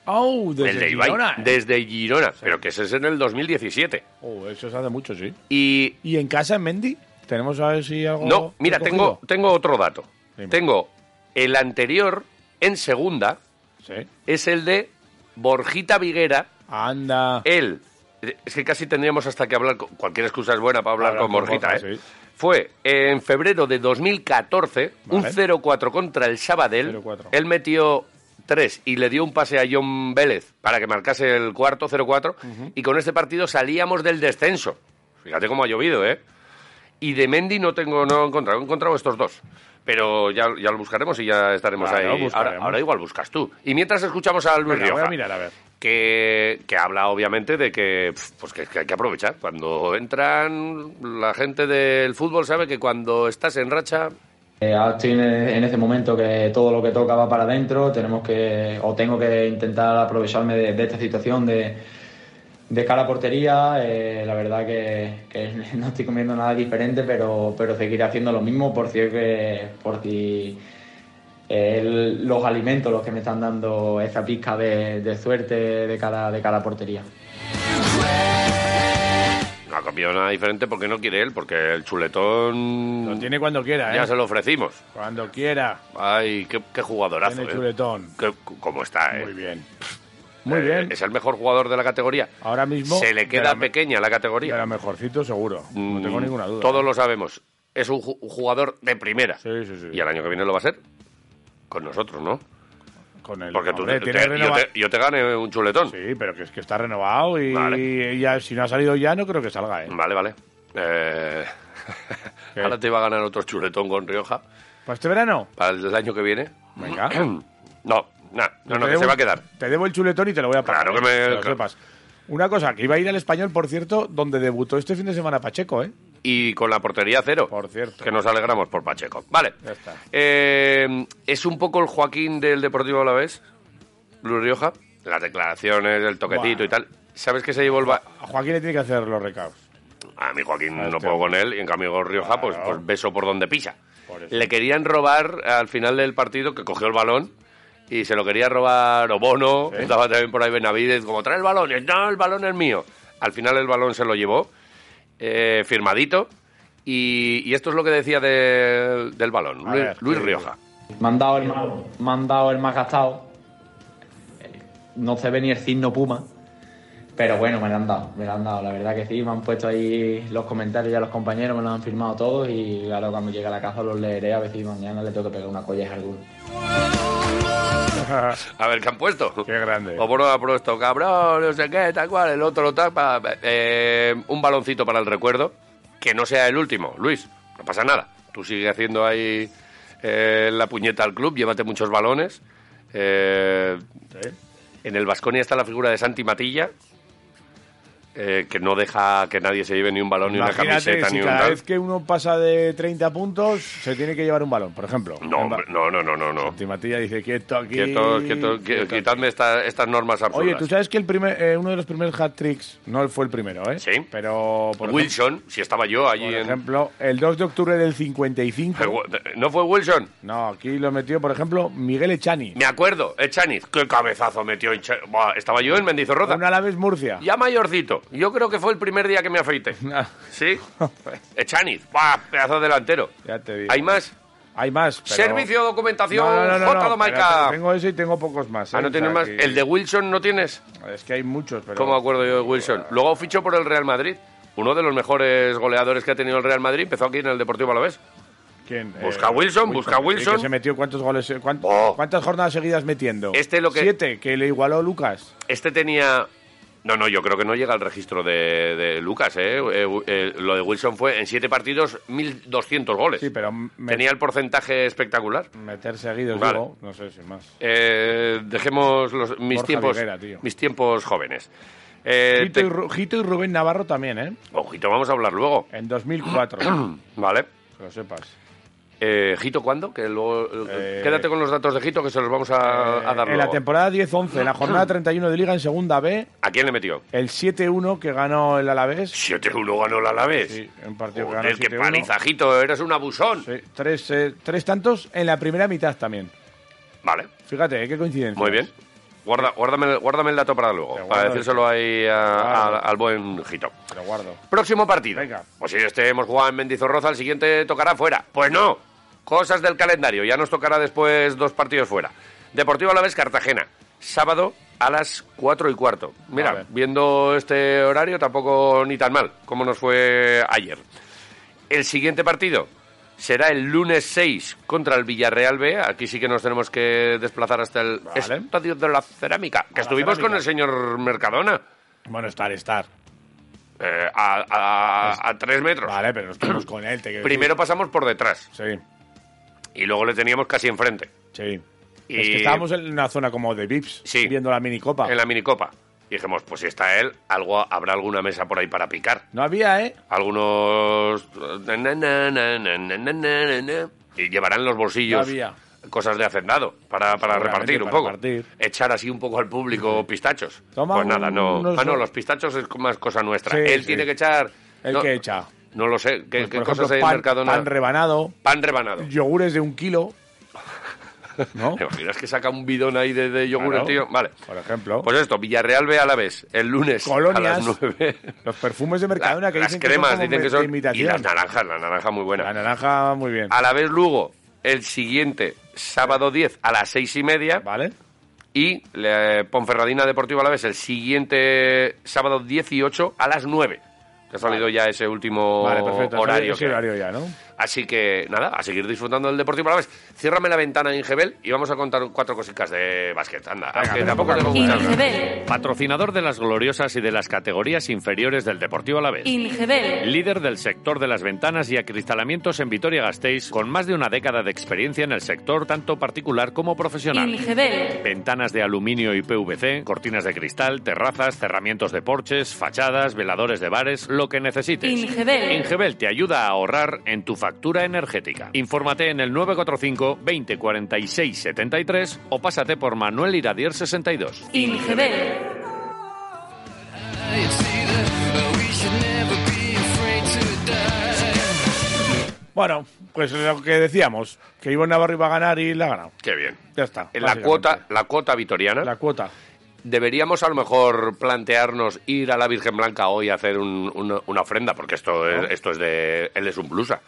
S3: ¡Oh! Desde
S2: el de Ibai,
S3: Girona, ¿eh?
S2: desde Girona, pero que ese es en el 2017.
S3: Oh, eso se hace mucho, sí.
S2: Y
S3: ¿Y en casa, en Mendy? ¿Tenemos a ver si algo.?
S2: no, mira,
S3: recogido?
S2: tengo, tengo otro dato.
S3: Dime.
S2: Tengo el anterior en segunda,
S3: Sí.
S2: es el de Borjita Viguera,
S3: Anda.
S2: él. Es que casi tendríamos hasta que hablar, con- cualquier excusa es buena para hablar
S3: Hablar
S2: con
S3: con
S2: Borjita,
S3: Borja,
S2: ¿eh?
S3: sí.
S2: Fue en febrero de 2014, un
S3: Vale.
S2: 0-4 contra el Sabadell.
S3: 0-4.
S2: Él metió tres y le dio un pase a John Vélez para que marcase el cuarto, 0-4. Y con este partido salíamos del descenso. Fíjate cómo ha llovido, ¿eh? Y de Mendy no tengo, no he encontrado, he encontrado estos dos. Pero ya, ya lo buscaremos y ya estaremos
S3: Claro,
S2: ahí. Ahora,
S3: buscaremos.
S2: ahora igual buscas tú. Y mientras escuchamos a Luis
S3: Venga, voy a
S2: Rioja
S3: mirar, a ver.
S2: que, que habla obviamente de que, pf, pues que, que hay que aprovechar. Cuando entran, la gente del fútbol sabe que cuando estás en racha,
S5: Eh, ahora estoy en, en ese momento que todo lo que toca va para adentro, tenemos que, o tengo que intentar aprovecharme de, de esta situación de, de cara a portería. Eh, la verdad que, que no estoy comiendo nada diferente, pero, pero seguiré haciendo lo mismo por si, es que- por si eh, el- los alimentos los que me están dando esa pizca de, de suerte de cara, de cara a portería.
S2: no ha cambiado nada diferente porque no quiere él, porque el chuletón
S3: Lo tiene cuando quiera, ¿eh?
S2: Mm. ya se lo ofrecimos.
S3: Cuando quiera.
S2: Ay, qué, qué jugadorazo.
S3: Tiene
S2: ¿eh?
S3: chuletón.
S2: Qué- ¿Cómo está, eh?
S3: Muy bien. Muy
S2: Eh,
S3: bien.
S2: Es el mejor jugador de la categoría.
S3: Ahora mismo.
S2: Se le
S3: de
S2: queda
S3: la-
S2: pequeña la
S3: De lo
S2: categoría.
S3: mejorcito, seguro. No tengo
S2: Mm,
S3: ninguna duda. ¿eh?
S2: Todos lo sabemos. Es un ju- un jugador de primera.
S3: Sí, sí, sí.
S2: Y el año que viene lo va a ser con nosotros, ¿no?
S3: Con el...
S2: Porque tú,
S3: Hombre,
S2: te-
S3: tiene
S2: te- yo,
S3: renova-
S2: te, yo te gane un chuletón.
S3: Sí, pero que es que está renovado y,
S2: Vale.
S3: y ya, si no ha salido ya, no creo que salga, ¿eh?
S2: Vale, vale. Eh,
S3: ¿Qué?
S2: Ahora te va a ganar otro chuletón con Rioja
S3: ¿Para este verano?
S2: para el año que viene.
S3: Venga.
S2: No, nah, no, no,
S3: Te
S2: que se
S3: debo-
S2: va a quedar.
S3: Te debo el chuletón y te lo voy a pagar.
S2: Claro que
S3: ¿eh?
S2: me-
S3: lo
S2: claro.
S3: sepas. Una cosa, que iba a ir al español, por cierto, donde debutó este fin de semana Pacheco, ¿eh?
S2: Y con la portería cero.
S3: Por cierto.
S2: Que nos alegramos por Pacheco. Vale.
S3: Ya está.
S2: Eh, es un poco el Joaquín del Deportivo Alavés, Luis Rioja. Las declaraciones, el toquecito
S3: Buah.
S2: y tal. ¿Sabes que se llevó el... ba-
S3: A Joaquín le tiene que hacer los recados.
S2: A mi Joaquín
S3: Ah,
S2: no
S3: este
S2: puedo
S3: hombre.
S2: con él y en cambio Rioja pues,
S3: Claro.
S2: pues beso por donde pisa.
S3: Por eso.
S2: Le querían robar al final del partido que cogió el balón y se lo quería robar Obono,
S3: Sí.
S2: estaba también por ahí Benavides, como trae el balón, Y, no, el balón es mío. Al final el balón se lo llevó eh, firmadito Y, y esto es lo que decía de- del balón,
S3: A
S2: Luis,
S3: ver,
S2: Luis
S3: ¿qué
S2: Rioja.
S5: Mandado el, más- mandado el más gastado. Eh, No se ve ni el cisno Puma. Pero bueno, me lo han dado, me lo han dado. La verdad que sí, me han puesto ahí los comentarios ya los compañeros, me lo han firmado todos y claro, cuando llegue a la casa los leeré a ver si mañana le tengo que pegar una colleja a alguno.
S2: A ver, ¿qué han puesto?
S3: Qué grande.
S2: O por ha puesto, cabrón, no sé qué, tal cual, el otro lo tapa. Eh, un baloncito para el recuerdo, que no sea el último, Luis, no pasa nada. Tú sigue haciendo ahí eh, la puñeta al club, llévate muchos balones. Eh, En el Vasconia está la figura de Santi Matilla, eh, que no deja que nadie se lleve ni un balón, ni una
S3: Imagínate
S2: camiseta,
S3: si
S2: ni un
S3: cada
S2: tal.
S3: vez que uno pasa de 30 puntos se tiene que llevar un balón, por ejemplo.
S2: No, hombre, no, no, no, no. no.
S3: Santi Matilla dice, quieto aquí.
S2: Quieto, quieto, qui-
S3: quieto
S2: quitadme esta- estas normas absurdas.
S3: Oye, tú sabes que el primer, eh, uno de los primeros hat-tricks, no fue el primero, ¿eh?
S2: Sí.
S3: Pero, por
S2: Wilson, si estaba yo allí
S3: ejem- por
S2: en...
S3: ejemplo, el 2 de octubre del 55.
S2: ¿No fue Wilson?
S3: No, aquí lo metió, por ejemplo, Miguel Echani.
S2: Me acuerdo, Echaniz. Qué cabezazo metió Echaniz. Buah, estaba yo en Mendizorroza.
S3: Un Alaves Murcia.
S2: Ya mayorcito. Yo creo que fue el primer día que me afeité.
S3: Ah,
S2: ¿Sí? Echaniz. Buah, pedazo de delantero.
S3: Ya te digo.
S2: ¿Hay más?
S3: Hay más. pero-
S2: Servicio, documentación,
S3: No, no, no, no,
S2: J.
S3: no,
S2: Domaica.
S3: pero Tengo ese y tengo pocos más.
S2: Ah,
S3: ¿eh?
S2: no
S3: O
S2: tienes
S3: sea,
S2: más.
S3: que-
S2: ¿El de Wilson no tienes?
S3: Es que hay muchos, pero.
S2: ¿Cómo me acuerdo yo de Wilson? Luego fichó por el Real Madrid. Uno de los mejores goleadores que ha tenido el Real Madrid empezó aquí en el Deportivo Alavés.
S3: ¿Quién?
S2: Busca Wilson, busca
S3: el que
S2: Wilson.
S3: se metió cuántos goles, eh, cuán-
S2: Oh.
S3: cuántas jornadas seguidas metiendo.
S2: Este lo que-
S3: Siete, que le igualó Lucas.
S2: Este tenía. No, no, yo creo que no llega al registro de, de Lucas, ¿eh? Eh, eh, Lo de Wilson fue en siete partidos 1.200 goles.
S3: Sí, pero me-
S2: Tenía el porcentaje espectacular.
S3: meter seguidos,
S2: Vale.
S3: digo, no sé sin más.
S2: Eh, dejemos los, mis,
S3: Borja
S2: tiempos,
S3: Viguera, tío.
S2: mis tiempos jóvenes. Eh,
S3: Jito,
S2: te-
S3: y Ru- Jito y Rubén Navarro también, ¿eh?
S2: Ojito, vamos a hablar luego. Mm,
S3: En 2004,
S2: Vale.
S3: que lo sepas.
S2: Eh, ¿Jito cuándo? Que luego, eh,
S3: Eh,
S2: quédate con los datos de Jito que se los vamos a, a dar
S3: en la
S2: luego.
S3: temporada 10-11, en la jornada 31 de Liga en Segunda B,
S2: ¿A quién le metió?
S3: el 7-1 que ganó el Alavés.
S2: 7-1 ganó la Alavés.
S3: Sí, un partido que
S2: Joder,
S3: ganó
S2: qué
S3: 7-1.
S2: paliza, Jito, eres un abusón.
S3: Sí, tres, eh, tres tantos en la primera mitad también.
S2: Vale.
S3: Fíjate, ¿eh? qué coincidencia.
S2: Muy bien. Guarda, guárdame, guárdame el dato para luego,
S3: Te
S2: para
S3: guardo
S2: decírselo ahí a-
S3: Claro.
S2: a- al buen Jito.
S3: Lo guardo.
S2: Próximo partido.
S3: Venga.
S2: Pues si este hemos jugado en Mendizorroza, el siguiente tocará fuera. Pues no. Cosas del calendario. Ya nos tocará después dos partidos fuera. Deportivo Alavés Cartagena. Sábado a las cuatro y cuarto.
S3: A
S2: Mira,
S3: ver.
S2: viendo este horario tampoco ni tan mal como nos fue ayer. El siguiente partido será el lunes 6 contra el Villarreal B. Aquí sí que nos tenemos que desplazar hasta el
S3: Vale.
S2: Estadio de la Cerámica, que
S3: la
S2: estuvimos con
S3: Cerámica.
S2: el señor Mercadona
S3: Bueno, estar, estar.
S2: eh, a, a- a tres metros.
S3: Vale, pero estuvimos con él. Te quiero
S2: Primero pasamos por detrás
S3: decir.
S2: y luego le teníamos casi enfrente
S3: Sí, sí.
S2: Y-
S3: Es que estábamos en una zona como de VIPs,
S2: Sí.
S3: viendo la minicopa.
S2: en la minicopa. Y dijimos, pues si está él, algo habrá alguna mesa por ahí para picar.
S3: No había, ¿eh?
S2: Algunos na, na, na, na, na, na, na, na, na. y llevarán los bolsillos
S3: No había.
S2: cosas de hacendado para, para
S3: Seguramente,
S2: repartir un
S3: para
S2: poco.
S3: repartir.
S2: Echar así un poco al público pistachos.
S3: Toma
S2: pues nada,
S3: un-
S2: no.
S3: unos-
S2: Ah, no, los pistachos es más cosa nuestra.
S3: Sí,
S2: él
S3: sí.
S2: tiene que echar.
S3: El
S2: no,
S3: que echa.
S2: No lo sé. ¿Qué,
S3: Pues,
S2: qué
S3: por
S2: cosas
S3: ejemplo,
S2: hay en
S3: pan,
S2: Mercadona?
S3: pan rebanado,
S2: Pan rebanado.
S3: yogures de un kilo. ¿No?
S2: ¿Te imaginas que saca un bidón ahí de, de yogur
S3: Claro.
S2: el tío? Vale.
S3: Por ejemplo.
S2: Pues esto, Villarreal ve a la vez el lunes a
S3: Colonias.
S2: las 9.
S3: Los perfumes de Mercadona que
S2: las
S3: dicen
S2: cremas
S3: que son como
S2: dicen que son. Ah, Y
S3: imitación.
S2: las naranjas, la naranja muy buena.
S3: La naranja, muy bien.
S2: A la vez Lugo, el siguiente sábado 10 a las 6 y media.
S3: ¿Vale?
S2: Y eh, Ponferradina Deportiva a la vez el siguiente sábado 18 a las 9. Que ha salido ya ese último
S3: vale, perfecto.
S2: horario.
S3: Ese
S2: que hay.
S3: horario ya, ¿no?
S2: Así que nada, a seguir disfrutando del Deportivo Alavés. Ciérrame la ventana, Ingebel, y vamos a contar cuatro cositas de básquet. Anda, aunque
S3: venga,
S2: tampoco tengo muchas ganas.
S6: Ingebel.
S2: Patrocinador de las gloriosas y de las categorías inferiores del Deportivo Alavés.
S6: Ingebel.
S2: Líder del sector de las ventanas y acristalamientos en Vitoria-Gasteiz, con más de una década de experiencia en el sector tanto particular como profesional.
S6: Ingebel.
S2: Ventanas de aluminio y PVC, cortinas de cristal, terrazas, cerramientos de porches, fachadas, veladores de bares, lo que necesites.
S6: Ingebel.
S2: Ingebel te ayuda a ahorrar en tu factura energética. Infórmate en el 945 20 46 73 o pásate por Manuel Iradier 62.
S6: Ingebel.
S1: It's either uh, we should never be afraid to die.
S3: Bueno, pues lo que decíamos, que Ivonne Navarro iba a ganar y la ha ganado.
S2: Qué bien.
S3: Ya está.
S2: La
S3: básicamente.
S2: ¿Eh? cuota, la cuota vitoriana
S3: La cuota.
S2: deberíamos a lo mejor plantearnos ir a la Virgen Blanca hoy a hacer un- una- una ofrenda, porque esto, es, esto es de... Él es un blusa.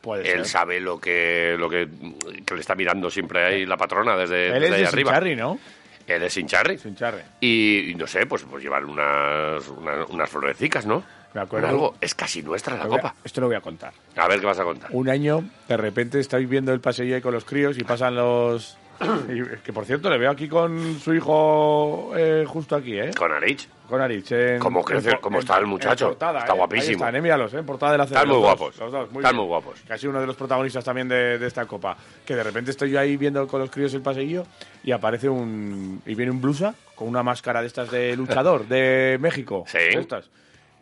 S3: Puede
S2: Él
S3: ser.
S2: sabe lo que lo que, que le está mirando siempre ahí la patrona desde,
S3: Él
S2: desde
S3: es
S2: ahí
S3: de
S2: arriba.
S3: Sincharri, ¿no?
S2: Él es Sincharri.
S3: Sincharri.
S2: Y, y no sé, pues, pues llevar unas, una- unas florecicas, ¿no?
S3: Me acuerdo.
S2: Algo. Es casi nuestra la
S3: Lo voy a-
S2: copa.
S3: Esto lo voy a contar.
S2: A ver qué vas a contar.
S3: Un año, de repente estáis viendo el paseillo ahí con los críos y pasan los... y- que por cierto, le veo aquí con su hijo eh, justo aquí, ¿eh?
S2: Con Arich.
S3: Con Arich. en-
S2: Cómo crece-
S3: en por-
S2: cómo está el muchacho. Está
S3: eh.
S2: guapísimo.
S3: Ahí están, eh, míralos, eh, en portada de la
S2: Están
S3: CB, los
S2: muy
S3: dos,
S2: guapos.
S3: los dos,
S2: Están
S3: bien.
S2: muy guapos.
S3: Que ha sido uno de los protagonistas también de, de esta copa. Que de repente estoy yo ahí viendo con los críos el paseillo y aparece un. Y viene un blusa con una máscara de estas de luchador de México.
S2: Sí.
S3: de estas.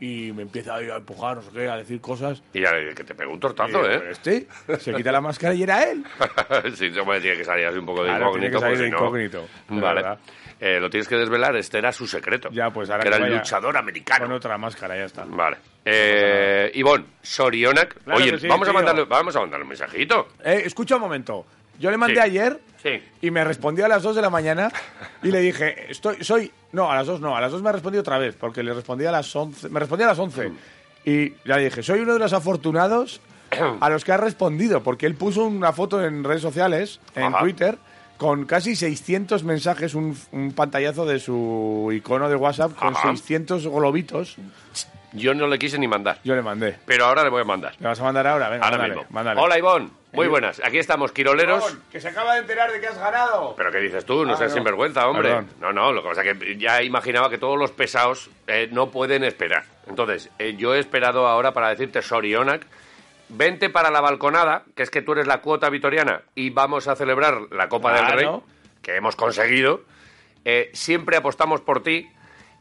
S3: Y me empieza ahí a empujar, no sé qué, a decir cosas.
S2: Y ya le- que te pegó un
S3: Y
S2: tortazo,
S3: digo,
S2: ¿eh?
S3: "¿Pero este? Se quita la máscara y era él.
S2: sí, yo me decía que salías un poco de
S3: Claro, tiene
S2: incógnito.
S3: que salir
S2: pues, si
S3: de
S2: no-
S3: incógnito, es
S2: Vale.
S3: verdad.
S2: Eh, lo tienes que desvelar, este era su secreto.
S3: Ya, pues ahora
S2: que
S3: que
S2: era el
S3: vaya-
S2: luchador americano.
S3: Con otra máscara, ya está.
S2: Vale. Eh, Ivonne, Sorionak.
S3: Claro
S2: Oye,
S3: que sí,
S2: vamos, a
S3: tío.
S2: mandarle, vamos a mandarle un mensajito.
S3: Eh, escucha un momento. Yo le mandé
S2: Sí.
S3: ayer
S2: Sí.
S3: y me respondió a las 2 de la mañana y le dije, estoy, soy... No, a las 2 no, a las 2 me respondió otra vez, porque le respondí a las 11. Me respondió a las 11
S2: Mm.
S3: y le dije, soy uno de los afortunados a los que ha respondido, porque él puso una foto en redes sociales, en
S2: Ajá.
S3: Twitter, con casi 600 mensajes, un, un pantallazo de su icono de WhatsApp con
S2: Ajá.
S3: 600 globitos.
S2: Yo no le quise ni mandar,
S3: Yo le mandé.
S2: pero ahora le voy a mandar.
S3: ¿Le vas a mandar ahora? Venga,
S2: ahora
S3: mándale,
S2: mismo.
S3: mándale.
S2: Hola, Ivonne. Muy buenas. Aquí estamos, Quiroleros.
S3: que se acaba de enterar de que has ganado.
S2: Pero ¿qué dices tú? No
S3: Ah,
S2: seas
S3: no.
S2: sinvergüenza, hombre.
S3: Perdón.
S2: No, no, lo que pasa es que ya imaginaba que todos los pesados eh, no pueden esperar. Entonces, eh, yo he esperado ahora para decirte, Sorionak, vente para la balconada, que es que tú eres la cuota vitoriana y vamos a celebrar la Copa del Rey,
S3: Claro.
S2: que hemos conseguido. Eh, siempre apostamos por ti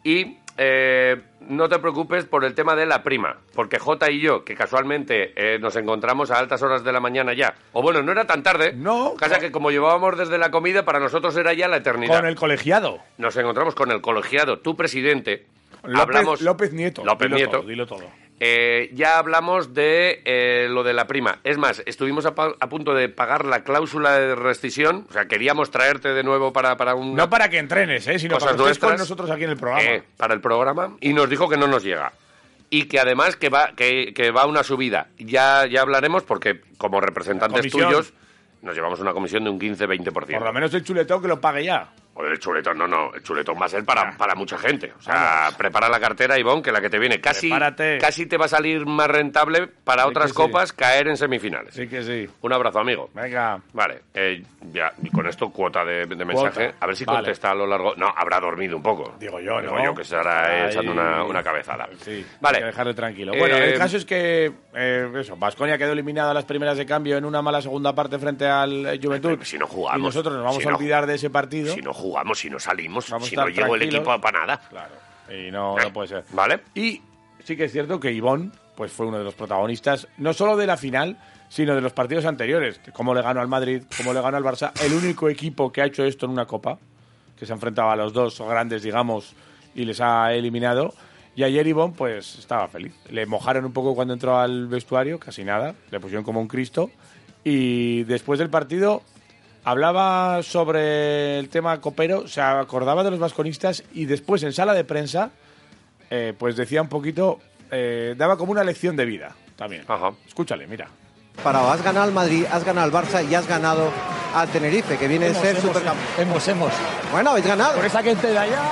S2: y eh, no te preocupes por el tema de la prima, porque J y yo, que casualmente eh, nos encontramos a altas horas de la mañana ya, o bueno, no era tan tarde,
S3: No,
S2: casa
S3: no.
S2: que como llevábamos desde la comida, para nosotros era ya la eternidad.
S3: Con el colegiado.
S2: Nos encontramos con el colegiado, tu presidente.
S3: López,
S2: hablamos
S3: López Nieto.
S2: López
S3: dilo
S2: Nieto.
S3: Todo, dilo todo.
S2: Eh, ya hablamos de eh, lo de la prima. Es más, estuvimos a, pa- a punto de pagar la cláusula de rescisión. O sea, queríamos traerte de nuevo para, para un...
S3: No para que entrenes, ¿eh? sino
S2: cosas
S3: para que estés con
S2: nuestras.
S3: nosotros aquí en el programa.
S2: Eh, para el programa y nos dijo que no nos llega. Y que además que va, que, que va una subida. Ya, ya hablaremos porque como representantes
S3: comisión.
S2: tuyos nos llevamos una comisión de un 15-20%.
S3: Por lo menos el chuletón que lo pague ya.
S2: Joder, el chuletón, no, no, el chuletón va a ser para, para mucha gente. O sea, prepara la cartera, Ivonne, que la que te viene. Casi,
S3: Prepárate.
S2: casi te va a salir más rentable para
S3: Sí
S2: otras
S3: que sí.
S2: copas caer en semifinales.
S3: Así que sí.
S2: Un abrazo, amigo.
S3: Venga.
S2: Vale, eh, ya, y con esto cuota de, de mensaje. A ver si
S3: vale.
S2: contesta a lo largo. No, habrá dormido un poco.
S3: Digo yo,
S2: Digo
S3: ¿no?
S2: yo que se hará
S3: Ahí.
S2: echando una, una cabezada.
S3: Sí,
S2: vale.
S3: Hay que dejarle tranquilo.
S2: Eh,
S3: Bueno, el caso es que. eh, eso, Vasconia quedó eliminada a las primeras de cambio en una mala segunda parte frente al eh, Juventud.
S2: Pero si no jugamos,
S3: Y nosotros nos vamos
S2: si
S3: a
S2: no-
S3: olvidar de ese partido.
S2: Si no jugamos, si no salimos,
S3: Vamos a
S2: si no
S3: estar
S2: llegó el
S3: tranquilos.
S2: equipo para nada.
S3: Claro. Y no,
S2: Eh.
S3: no puede ser.
S2: Vale.
S3: Y sí que es cierto que Ivón pues fue uno de los protagonistas, no solo de la final, sino de los partidos anteriores. Cómo le ganó al Madrid, cómo le ganó al Barça. El único equipo que ha hecho esto en una copa, que se ha enfrentado a los dos grandes, digamos, y les ha eliminado. Y ayer Ivón pues estaba feliz. Le mojaron un poco cuando entró al vestuario, casi nada. Le pusieron como un Cristo. Y después del partido hablaba sobre el tema copero, se acordaba de los vasconistas y después en sala de prensa eh, pues decía un poquito, eh, daba como una lección de vida también.
S2: Ajá.
S3: Escúchale, mira.
S7: Parado, has ganado al Madrid, has ganado al Barça y has ganado al Tenerife, que viene a ser supercampeón.
S8: Hemos, hemos.
S7: Bueno, habéis ganado.
S8: Por esa gente de allá,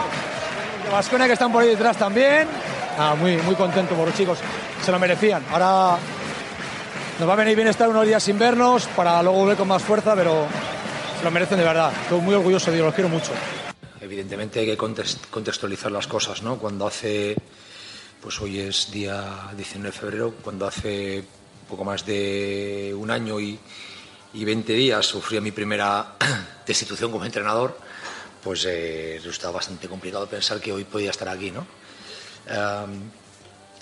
S8: de Vasconia que están por ahí detrás también. Ah, muy, muy contento por los chicos, se lo merecían. Ahora nos va a venir bien estar unos días sin vernos para luego volver con más fuerza, pero se lo merecen de verdad. Estoy muy orgulloso de ellos, los quiero mucho.
S9: Evidentemente hay que context- contextualizar las cosas, ¿no? Cuando hace, pues hoy es día 19 de febrero, cuando hace poco más de un año y, y 20 días sufrí mi primera destitución como entrenador, pues eh, resultaba bastante complicado pensar que hoy podía estar aquí, ¿no? Am,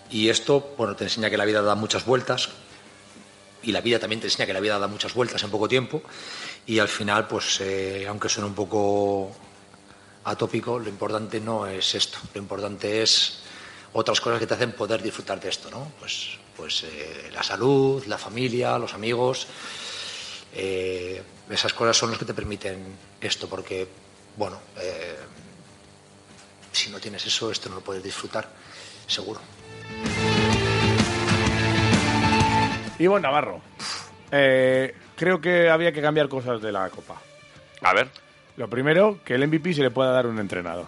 S9: y esto, bueno, te enseña que la vida da muchas vueltas, y la vida también te enseña que la vida da muchas vueltas en poco tiempo y al final, pues eh, aunque suene un poco atópico, lo importante no es esto, lo importante es otras cosas que te hacen poder disfrutar de esto, ¿no? Pues, pues eh, la salud, la familia, los amigos, eh, esas cosas son los que te permiten esto, porque, bueno, eh,
S10: si no tienes eso, esto no lo puedes disfrutar, seguro.
S3: Ivo Navarro. Eh, creo que había que cambiar cosas de la Copa.
S2: A ver.
S3: Lo primero, que el MVP se le pueda dar un entrenador.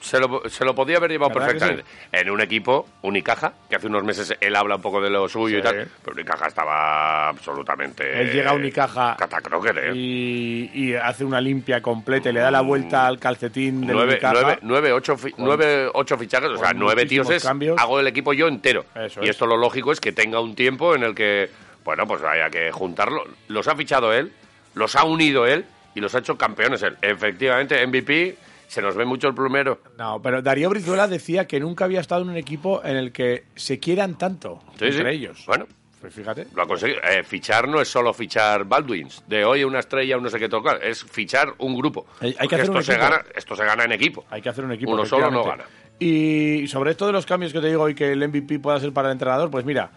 S2: Se lo, se lo podía haber llevado
S3: ¿Verdad que
S2: perfectamente. En un equipo, Unicaja, que hace unos meses él habla un poco de lo suyo y
S3: Sí.
S2: tal, pero Unicaja estaba absolutamente...
S3: Él llega a Unicaja
S2: Catacroker, ¿eh?
S3: y, y hace una limpia completa y le da la vuelta al calcetín del
S2: Nueve,
S3: Unicaja.
S2: nueve- nueve, ocho, fi- nueve, ocho fichajes, o sea,
S3: con
S2: nueve
S3: muchísimos
S2: tíos es,
S3: cambios.
S2: hago el equipo yo entero.
S3: Eso
S2: y
S3: es.
S2: esto lo lógico es que tenga un tiempo en el que, bueno, pues haya que juntarlo. Los ha fichado él, los ha unido él y los ha hecho campeones él. Efectivamente, MVP, se nos ve mucho el plumero.
S3: No, pero Darío Brizuela decía que nunca había estado en un equipo en el que se quieran tanto
S2: Sí,
S3: entre
S2: sí.
S3: ellos.
S2: Bueno,
S3: Pues fíjate.
S2: lo ha conseguido. Eh, fichar no es solo fichar Baldwins, de hoy una estrella, un no sé qué tocar, es fichar un grupo.
S3: Hay- hay que
S2: Porque
S3: hacer
S2: esto
S3: un
S2: se
S3: equipo.
S2: gana, Esto se gana en equipo.
S3: Hay que hacer un equipo.
S2: Uno solo no
S3: efectivamente.
S2: gana.
S3: Y sobre esto de los cambios que te digo y que el MVP pueda ser para el entrenador, pues mira,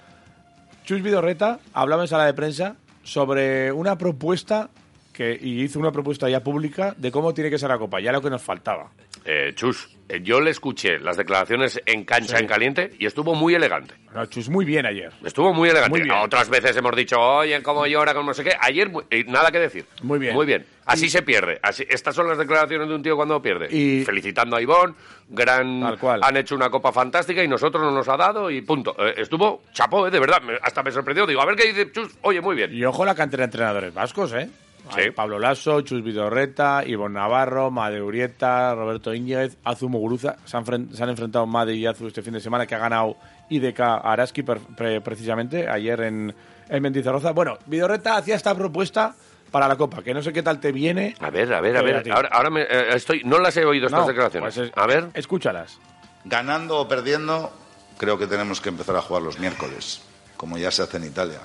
S3: Chus Vidorreta hablaba en sala de prensa sobre una propuesta que y hizo una propuesta ya pública de cómo tiene que ser la copa, ya lo que nos faltaba.
S2: Eh, Chus, eh, yo le escuché las declaraciones en cancha,
S3: Sí.
S2: en caliente, y estuvo muy elegante.
S3: Bueno, Chus muy bien ayer,
S2: Estuvo muy elegante.
S3: Muy bien.
S2: Otras veces hemos dicho, oye, cómo llora, cómo no sé qué. Ayer, mu- eh, nada que decir.
S3: Muy bien.
S2: Muy bien. Así se pierde. Así, estas son las declaraciones de un tío cuando pierde.
S3: Y-
S2: Felicitando a Ivón, gran...
S3: Tal cual.
S2: Han hecho una copa fantástica y nosotros no nos ha dado y punto. Eh, estuvo chapó, eh, de verdad. Me- hasta me sorprendió. Digo, a ver qué dice Chus. Oye, muy bien.
S3: Y ojo la cantera de entrenadores vascos, ¿eh?
S2: Sí.
S3: Hay Pablo Lasso, Chus Vidorreta, Ivonne Navarro, Madeurieta, Roberto Íñiguez, Azu Muguruza. Se han, fren- se han enfrentado Made y Azu este fin de semana, que ha ganado IDK Araski per- pre- precisamente ayer en, en Mendizorroza. Bueno, Vidorreta hacía esta propuesta para la Copa, que no sé qué tal te viene.
S2: A ver, a ver, a
S3: Pero
S2: ver.
S3: a ti.
S2: Ahora, ahora me, eh, estoy... No las he oído estas
S3: No,
S2: declaraciones.
S3: pues es-
S2: A ver.
S3: Escúchalas.
S9: Ganando o perdiendo, creo que tenemos que empezar a jugar los miércoles, como ya se hace en Italia.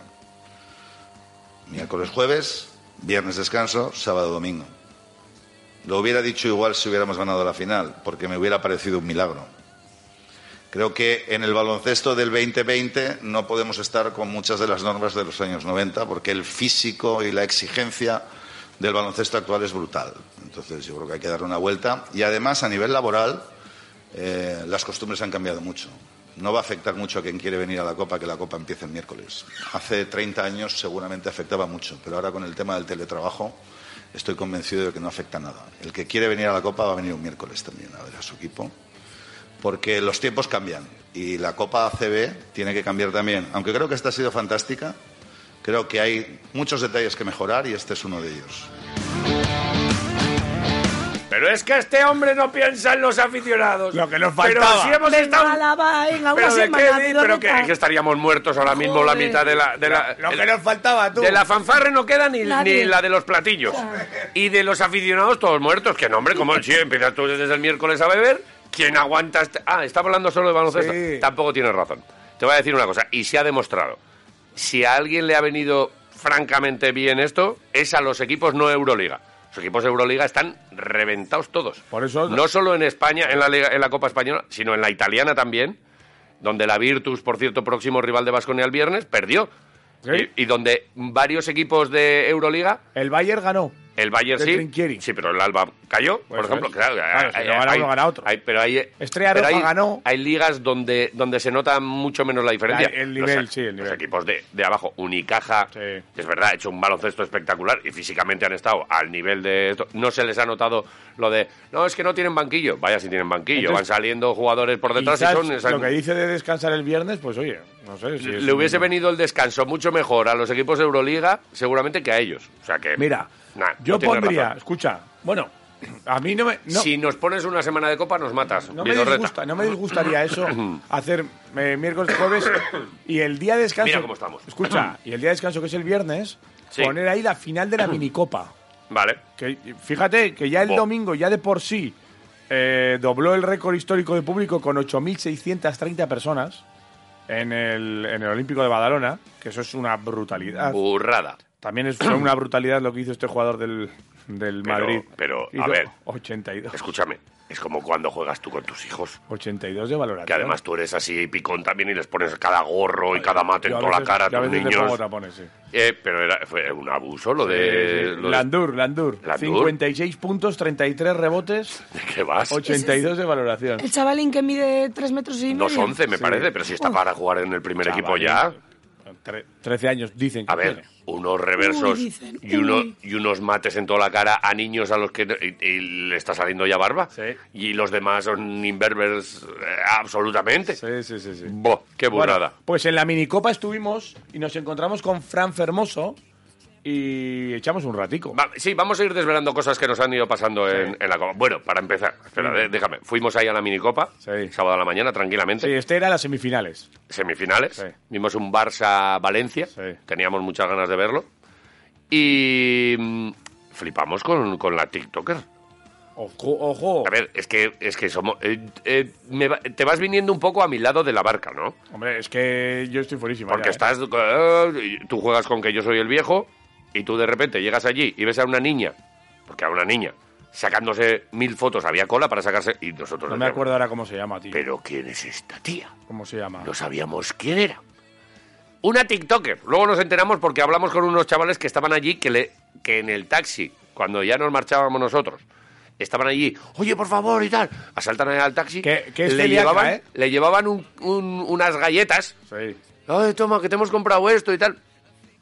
S9: Miércoles, jueves, viernes descanso, sábado, domingo. Lo hubiera dicho igual si hubiéramos ganado la final, porque me hubiera parecido un milagro. Creo que en el baloncesto del 2020 no podemos estar con muchas de las normas de los años 90, porque el físico y la exigencia del baloncesto actual es brutal. Entonces yo creo que hay que darle una vuelta. Y además, a nivel laboral, eh, las costumbres han cambiado mucho. No va a afectar mucho a quien quiere venir a la Copa que la Copa empiece el miércoles. Hace 30 años seguramente afectaba mucho, pero ahora con el tema del teletrabajo estoy convencido de que no afecta nada. El que quiere venir a la Copa va a venir un miércoles también a ver a su equipo, porque los tiempos cambian y la Copa ACB tiene que cambiar también. Aunque creo que esta ha sido fantástica, creo que hay muchos detalles que mejorar y este es uno de ellos.
S2: Pero es que este hombre no piensa en los aficionados.
S3: Lo que nos
S2: Pero
S3: faltaba.
S2: si hemos estado... pero de qué, di- pero que, es que estaríamos muertos ahora mismo la
S11: Joder.
S2: mitad de la... De la,
S3: Lo que
S2: de-
S3: nos faltaba, tú.
S2: de la fanfarre no queda ni,
S11: Nadie.
S2: ni la de los platillos. Y de los aficionados todos muertos. Que no, hombre, como si empiezas tú desde el miércoles a beber, ¿quién aguanta? este- Ah, está hablando solo de baloncesto.
S3: Sí.
S2: Tampoco tienes razón. Te voy a decir una cosa, y se ha demostrado. Si a alguien le ha venido francamente bien esto, es a los equipos no Euroliga. Los equipos de Euroliga están reventados todos.
S3: Por eso-
S2: No solo en España, en la, Liga- en la Copa Española, sino en la italiana también, donde la Virtus, por cierto, próximo rival de Vasconia el viernes, perdió.
S3: Sí.
S2: Y, y donde varios equipos de Euroliga,
S3: El Bayern ganó.
S2: el Bayern
S3: De
S2: sí,
S3: Trinchieri.
S2: sí, pero el Alba cayó, por
S3: Eso
S2: ejemplo.
S3: es.
S2: Claro,
S3: Claro, si
S2: hay-
S3: no gana
S2: hay-
S3: uno, gana otro.
S2: hay- pero hay,
S3: Estrella
S2: pero
S3: Roja
S2: hay-
S3: ganó.
S2: Hay ligas donde, donde se nota mucho menos la diferencia.
S3: La- el nivel,
S2: Los-
S3: sí, el
S2: Los
S3: nivel.
S2: equipos de, de abajo, Unicaja,
S3: Sí.
S2: que es verdad, ha hecho un baloncesto espectacular y físicamente han estado al nivel de esto. No se les ha notado lo de, no, es que no tienen banquillo. Vaya si tienen banquillo,
S3: Entonces,
S2: van saliendo jugadores por detrás y
S3: Quizás
S2: son...
S3: lo que dice de descansar el viernes, pues oye, no sé. Si es
S2: le hubiese
S3: un-
S2: venido el descanso mucho mejor a los equipos de Euroliga, seguramente que a ellos. O sea que.
S3: Mira,
S2: Eh, nah,
S3: yo
S2: no tienes
S3: pondría,
S2: razón.
S3: escucha, bueno, a mí no me, no,
S2: Si nos pones una semana de copa, nos matas.
S3: no me,
S2: Vidorreta.
S3: disgusta- no me disgustaría eso, hacer eh, miércoles, jueves y el día de descanso.
S2: Mira cómo estamos.
S3: Escucha, y el día de descanso que es el viernes,
S2: Sí.
S3: poner ahí la final de la minicopa.
S2: Vale.
S3: Que, fíjate que ya el
S2: Bo.
S3: domingo, ya de por sí, eh, dobló el récord histórico de público con 8.630 personas en el, en el Olímpico de Badalona, que eso es una brutalidad.
S2: Burrada.
S3: También es, fue una brutalidad lo que hizo este jugador del, del
S2: Pero-
S3: Madrid.
S2: pero, a
S3: Hizo
S2: ver.
S3: 82.
S2: Escúchame. Es como cuando juegas tú con tus hijos.
S3: 82 de valoración.
S2: Que además tú eres así picón también y les pones cada gorro y cada mate en
S3: Yo a
S2: toda la
S3: veces-
S2: cara a
S3: yo a
S2: tus
S3: veces le pongo
S2: niños.
S3: tapones, sí.
S2: Eh, pero era, fue un abuso lo de.
S3: Sí, sí.
S2: eh, lo de-
S3: Landur, Landur,
S2: Landur.
S3: 56 puntos, 33 rebotes,
S2: ¿De qué vas?
S3: 82 de valoración.
S11: El chavalín que mide 3 metros y medio.
S2: 2-11 me
S3: Sí.
S2: parece, pero si está
S11: Uf.
S2: para jugar en el primer
S3: Chaval,
S2: equipo ya.
S3: tre- 13 años, dicen que
S2: A ver,
S3: tiene.
S2: unos reversos
S11: Uy, dicen,
S2: y, uno-
S11: uy.
S2: y unos mates en toda la cara a niños a los que no- y- y le está saliendo ya barba.
S3: Sí.
S2: Y los demás son inverbers eh, absolutamente.
S3: Sí, sí, sí, sí.
S2: Buah, qué
S3: Bueno,
S2: burrada.
S3: pues en la minicopa estuvimos y nos encontramos con Fran Fermoso y echamos un ratico.
S2: Va- sí, vamos a ir desvelando cosas que nos han ido pasando en, en la copa. Bueno, para empezar, espera, de- déjame. Fuimos ahí a la minicopa,
S3: Sí.
S2: sábado a la mañana, tranquilamente.
S3: Sí, este era las semifinales.
S2: semifinales.
S3: Sí.
S2: Vimos un Barça-Valencia.
S3: Sí.
S2: Teníamos muchas ganas de verlo. Y mm, flipamos con, con la TikToker.
S3: Ojo, ojo.
S2: A ver, es que, es que somos. eh, eh, me va- te vas viniendo un poco a mi lado de la barca, ¿no?
S3: Hombre, es que yo estoy fuerísimo.
S2: Porque estás. eh, tú juegas con que yo soy el viejo y tú de repente llegas allí y ves a una niña, porque a una niña, sacándose mil fotos, había cola para sacarse. Y
S3: ¿eh?
S2: nosotros.
S3: No me
S2: decíamos,
S3: acuerdo ahora cómo se llama, tío.
S2: Pero ¿quién es esta tía?
S3: ¿Cómo se llama?
S2: No sabíamos quién era. Una TikToker. Luego nos enteramos porque hablamos con unos chavales que estaban allí, que, le, que en el taxi, cuando ya nos marchábamos nosotros, estaban allí, oye, por favor, y tal. Asaltan al taxi.
S3: Que- que es
S2: le,
S3: celíaca,
S2: llevaban,
S3: ¿eh?
S2: le llevaban un- un- unas galletas.
S3: Sí.
S2: Ay, toma, que te hemos comprado esto y tal.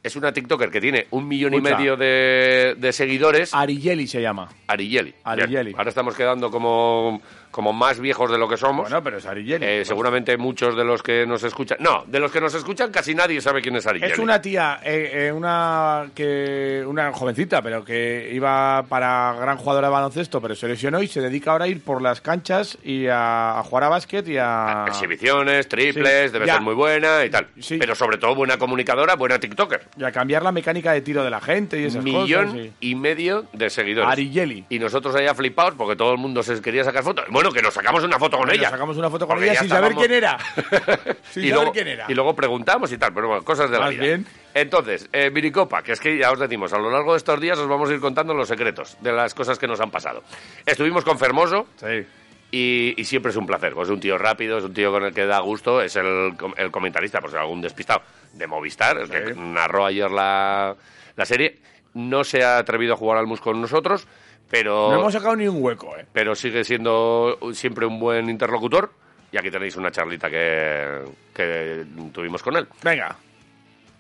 S2: Es una TikToker que tiene un millón y
S3: Escucha. Ah.
S2: medio de, de seguidores.
S3: Arigeli se llama.
S2: Arigeli.
S3: Arigeli.
S2: Bien, Ahora estamos quedando como, como más viejos de lo que somos.
S3: Bueno, pero es Arigeli.
S2: Eh, seguramente muchos de los que nos escuchan. No, de los que nos escuchan casi nadie sabe quién es Arigeli.
S3: Es una tía, eh, eh, una que una jovencita, pero que iba para gran jugadora de baloncesto, pero se lesionó y se dedica ahora a ir por las canchas y a, a jugar a básquet y
S2: Ah.
S3: a...
S2: Exhibiciones, triples,
S3: Sí,
S2: debe
S3: ya.
S2: ser muy buena y tal.
S3: Sí.
S2: Pero sobre todo buena comunicadora, buena TikToker.
S3: y a cambiar la mecánica de tiro de la gente y esas
S2: Millón
S3: cosas. sí.
S2: y medio de seguidores.
S3: Arigeli.
S2: Y nosotros allá flipados porque todo el mundo se quería sacar fotos. Bueno, que nos sacamos una foto con
S3: Nos
S2: ella.
S3: sacamos una foto con
S2: Porque
S3: ella
S2: ya
S3: sin saber
S2: estábamos-
S3: quién era. Sin
S2: y
S3: saber
S2: luego,
S3: quién era.
S2: Y luego preguntamos y tal, pero bueno, cosas de la
S3: Más
S2: vida.
S3: bien.
S2: Entonces, eh, Miricopa, que es que ya os decimos, a lo largo de estos días os vamos a ir contando los secretos de las cosas que nos han pasado. Estuvimos con Fermoso
S3: Sí.
S2: y, y siempre es un placer. pues es un tío rápido, es un tío con el que da gusto, es el, com- el comentarista, por si algún despistado, de Movistar, el que narró ayer la, la serie. No se ha atrevido a jugar al mus con nosotros, pero
S3: No hemos sacado ni un hueco, eh.
S2: pero sigue siendo siempre un buen interlocutor. Y aquí tenéis una charlita que, que tuvimos con él.
S3: Venga.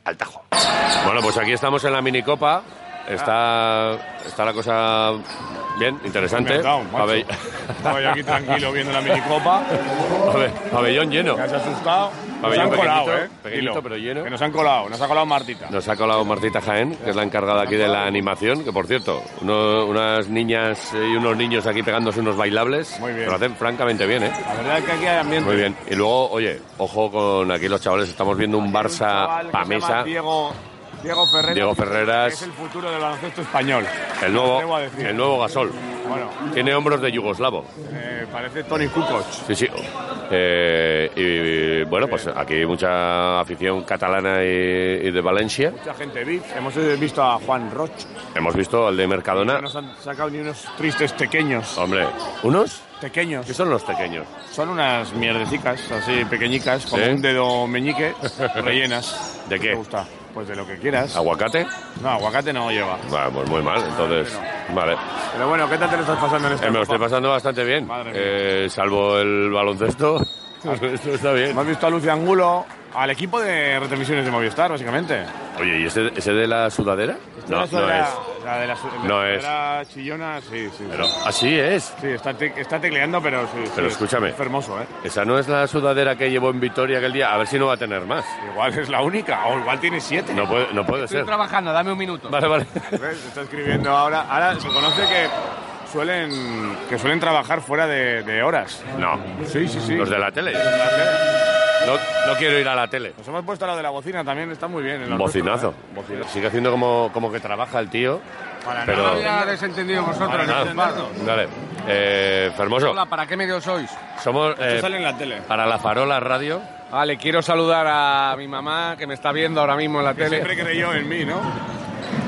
S2: Al tajo. Bueno, pues aquí estamos en la minicopa. Está, está la cosa bien, interesante.
S3: Calm down, macho.
S2: Pabell-
S3: Estoy aquí tranquilo viendo la minicopa.
S2: pabe- pabellón lleno.
S3: Me has asustado. Nos
S2: Pabellón
S3: han colado,
S2: pequeñito,
S3: eh.
S2: pequeñito,
S3: Dilo.
S2: pero lleno.
S3: Que nos han colado, nos ha colado Martita.
S2: Nos ha colado Martita Jaén, que es la encargada aquí de la animación, que por cierto, uno- unas niñas y unos niños aquí pegándose unos bailables.
S3: Muy bien.
S2: Lo hacen francamente bien, ¿eh?
S3: La verdad es que aquí hay ambiente.
S2: Muy bien. Y luego, oye, ojo con aquí los chavales, estamos viendo un
S3: Chaval
S2: Barça
S3: que se llama
S2: Pamesa.
S3: Diego, Diego Ferreras.
S2: Diego Ferreras.
S3: que Es el futuro del baloncesto español.
S2: El
S3: Debo
S2: nuevo,
S3: decir.
S2: el nuevo Gasol.
S3: Bueno,
S2: Tiene hombros de yugoslavo.
S3: eh, parece Tony Kukoc.
S2: Sí, sí. Eh, y bueno, pues aquí hay mucha afición catalana y, y de Valencia.
S3: Mucha gente VIP. Hemos eh, visto a Juan Roch.
S2: Hemos visto al de
S3: No
S2: Mercadona.
S3: nos han sacado ni unos tristes pequeños.
S2: Hombre, ¿unos?
S3: Pequeños.
S2: ¿Qué son los pequeños?
S3: Son unas mierdecicas, así pequeñicas, como
S2: ¿Sí?
S3: un dedo meñique, rellenas.
S2: ¿De qué?
S3: ¿Te gusta? Pues de lo que quieras.
S2: ¿Aguacate?
S3: No, aguacate no lleva.
S2: Vale, pues muy mal, entonces. Vale.
S3: Pero bueno, ¿qué tal te lo estás pasando en esta
S2: Eh, me lo
S3: copa?
S2: estoy pasando bastante bien.
S3: Madre Ah,
S2: Eh, salvo el baloncesto. Esto está bien.
S3: Hemos visto a Lucio Angulo, al equipo de retransmisiones de Movistar, básicamente.
S2: Oye, ¿y ese, ese de la sudadera? No,
S3: Esta Este
S2: no
S3: la-
S2: es.
S3: La de la, la
S2: No
S3: de
S2: es.
S3: la chillona, sí, sí.
S2: Pero
S3: sí.
S2: así es.
S3: Sí, está, te- está tecleando, pero sí. sí,
S2: Pero
S3: es-
S2: escúchame.
S3: Es hermoso, ¿eh?
S2: Esa no es la sudadera que llevó en Vitoria aquel día. A ver si no va a tener más.
S3: Igual es la única, o igual tiene siete.
S2: No puede, no puede ser.
S5: trabajando, dame un minuto.
S2: Vale, vale.
S3: ¿Ves? Está escribiendo ahora. Ahora se conoce que suelen, mm, que suelen trabajar fuera de, de horas.
S2: No,
S3: Sí, sí, sí.
S2: los de la tele. No, no quiero ir a la tele.
S3: Nos hemos puesto lo de la bocina también, está muy bien. en los
S2: Bocinazo.
S3: nuestros, ¿eh? Bocinazo.
S2: Sigue haciendo como, como que trabaja el tío.
S3: Para
S2: Pero-
S3: nada,
S5: Ya desentendido vosotros.
S2: Ah, Dale. Eh, Fermoso,
S5: Hola, ¿para qué medio sois?
S2: somos eh,
S3: Esto sale en la tele.
S2: para la Farola Radio.
S5: Vale, quiero saludar a mi mamá que me está viendo ahora mismo en la tele.
S3: Siempre creyó en mí, ¿no?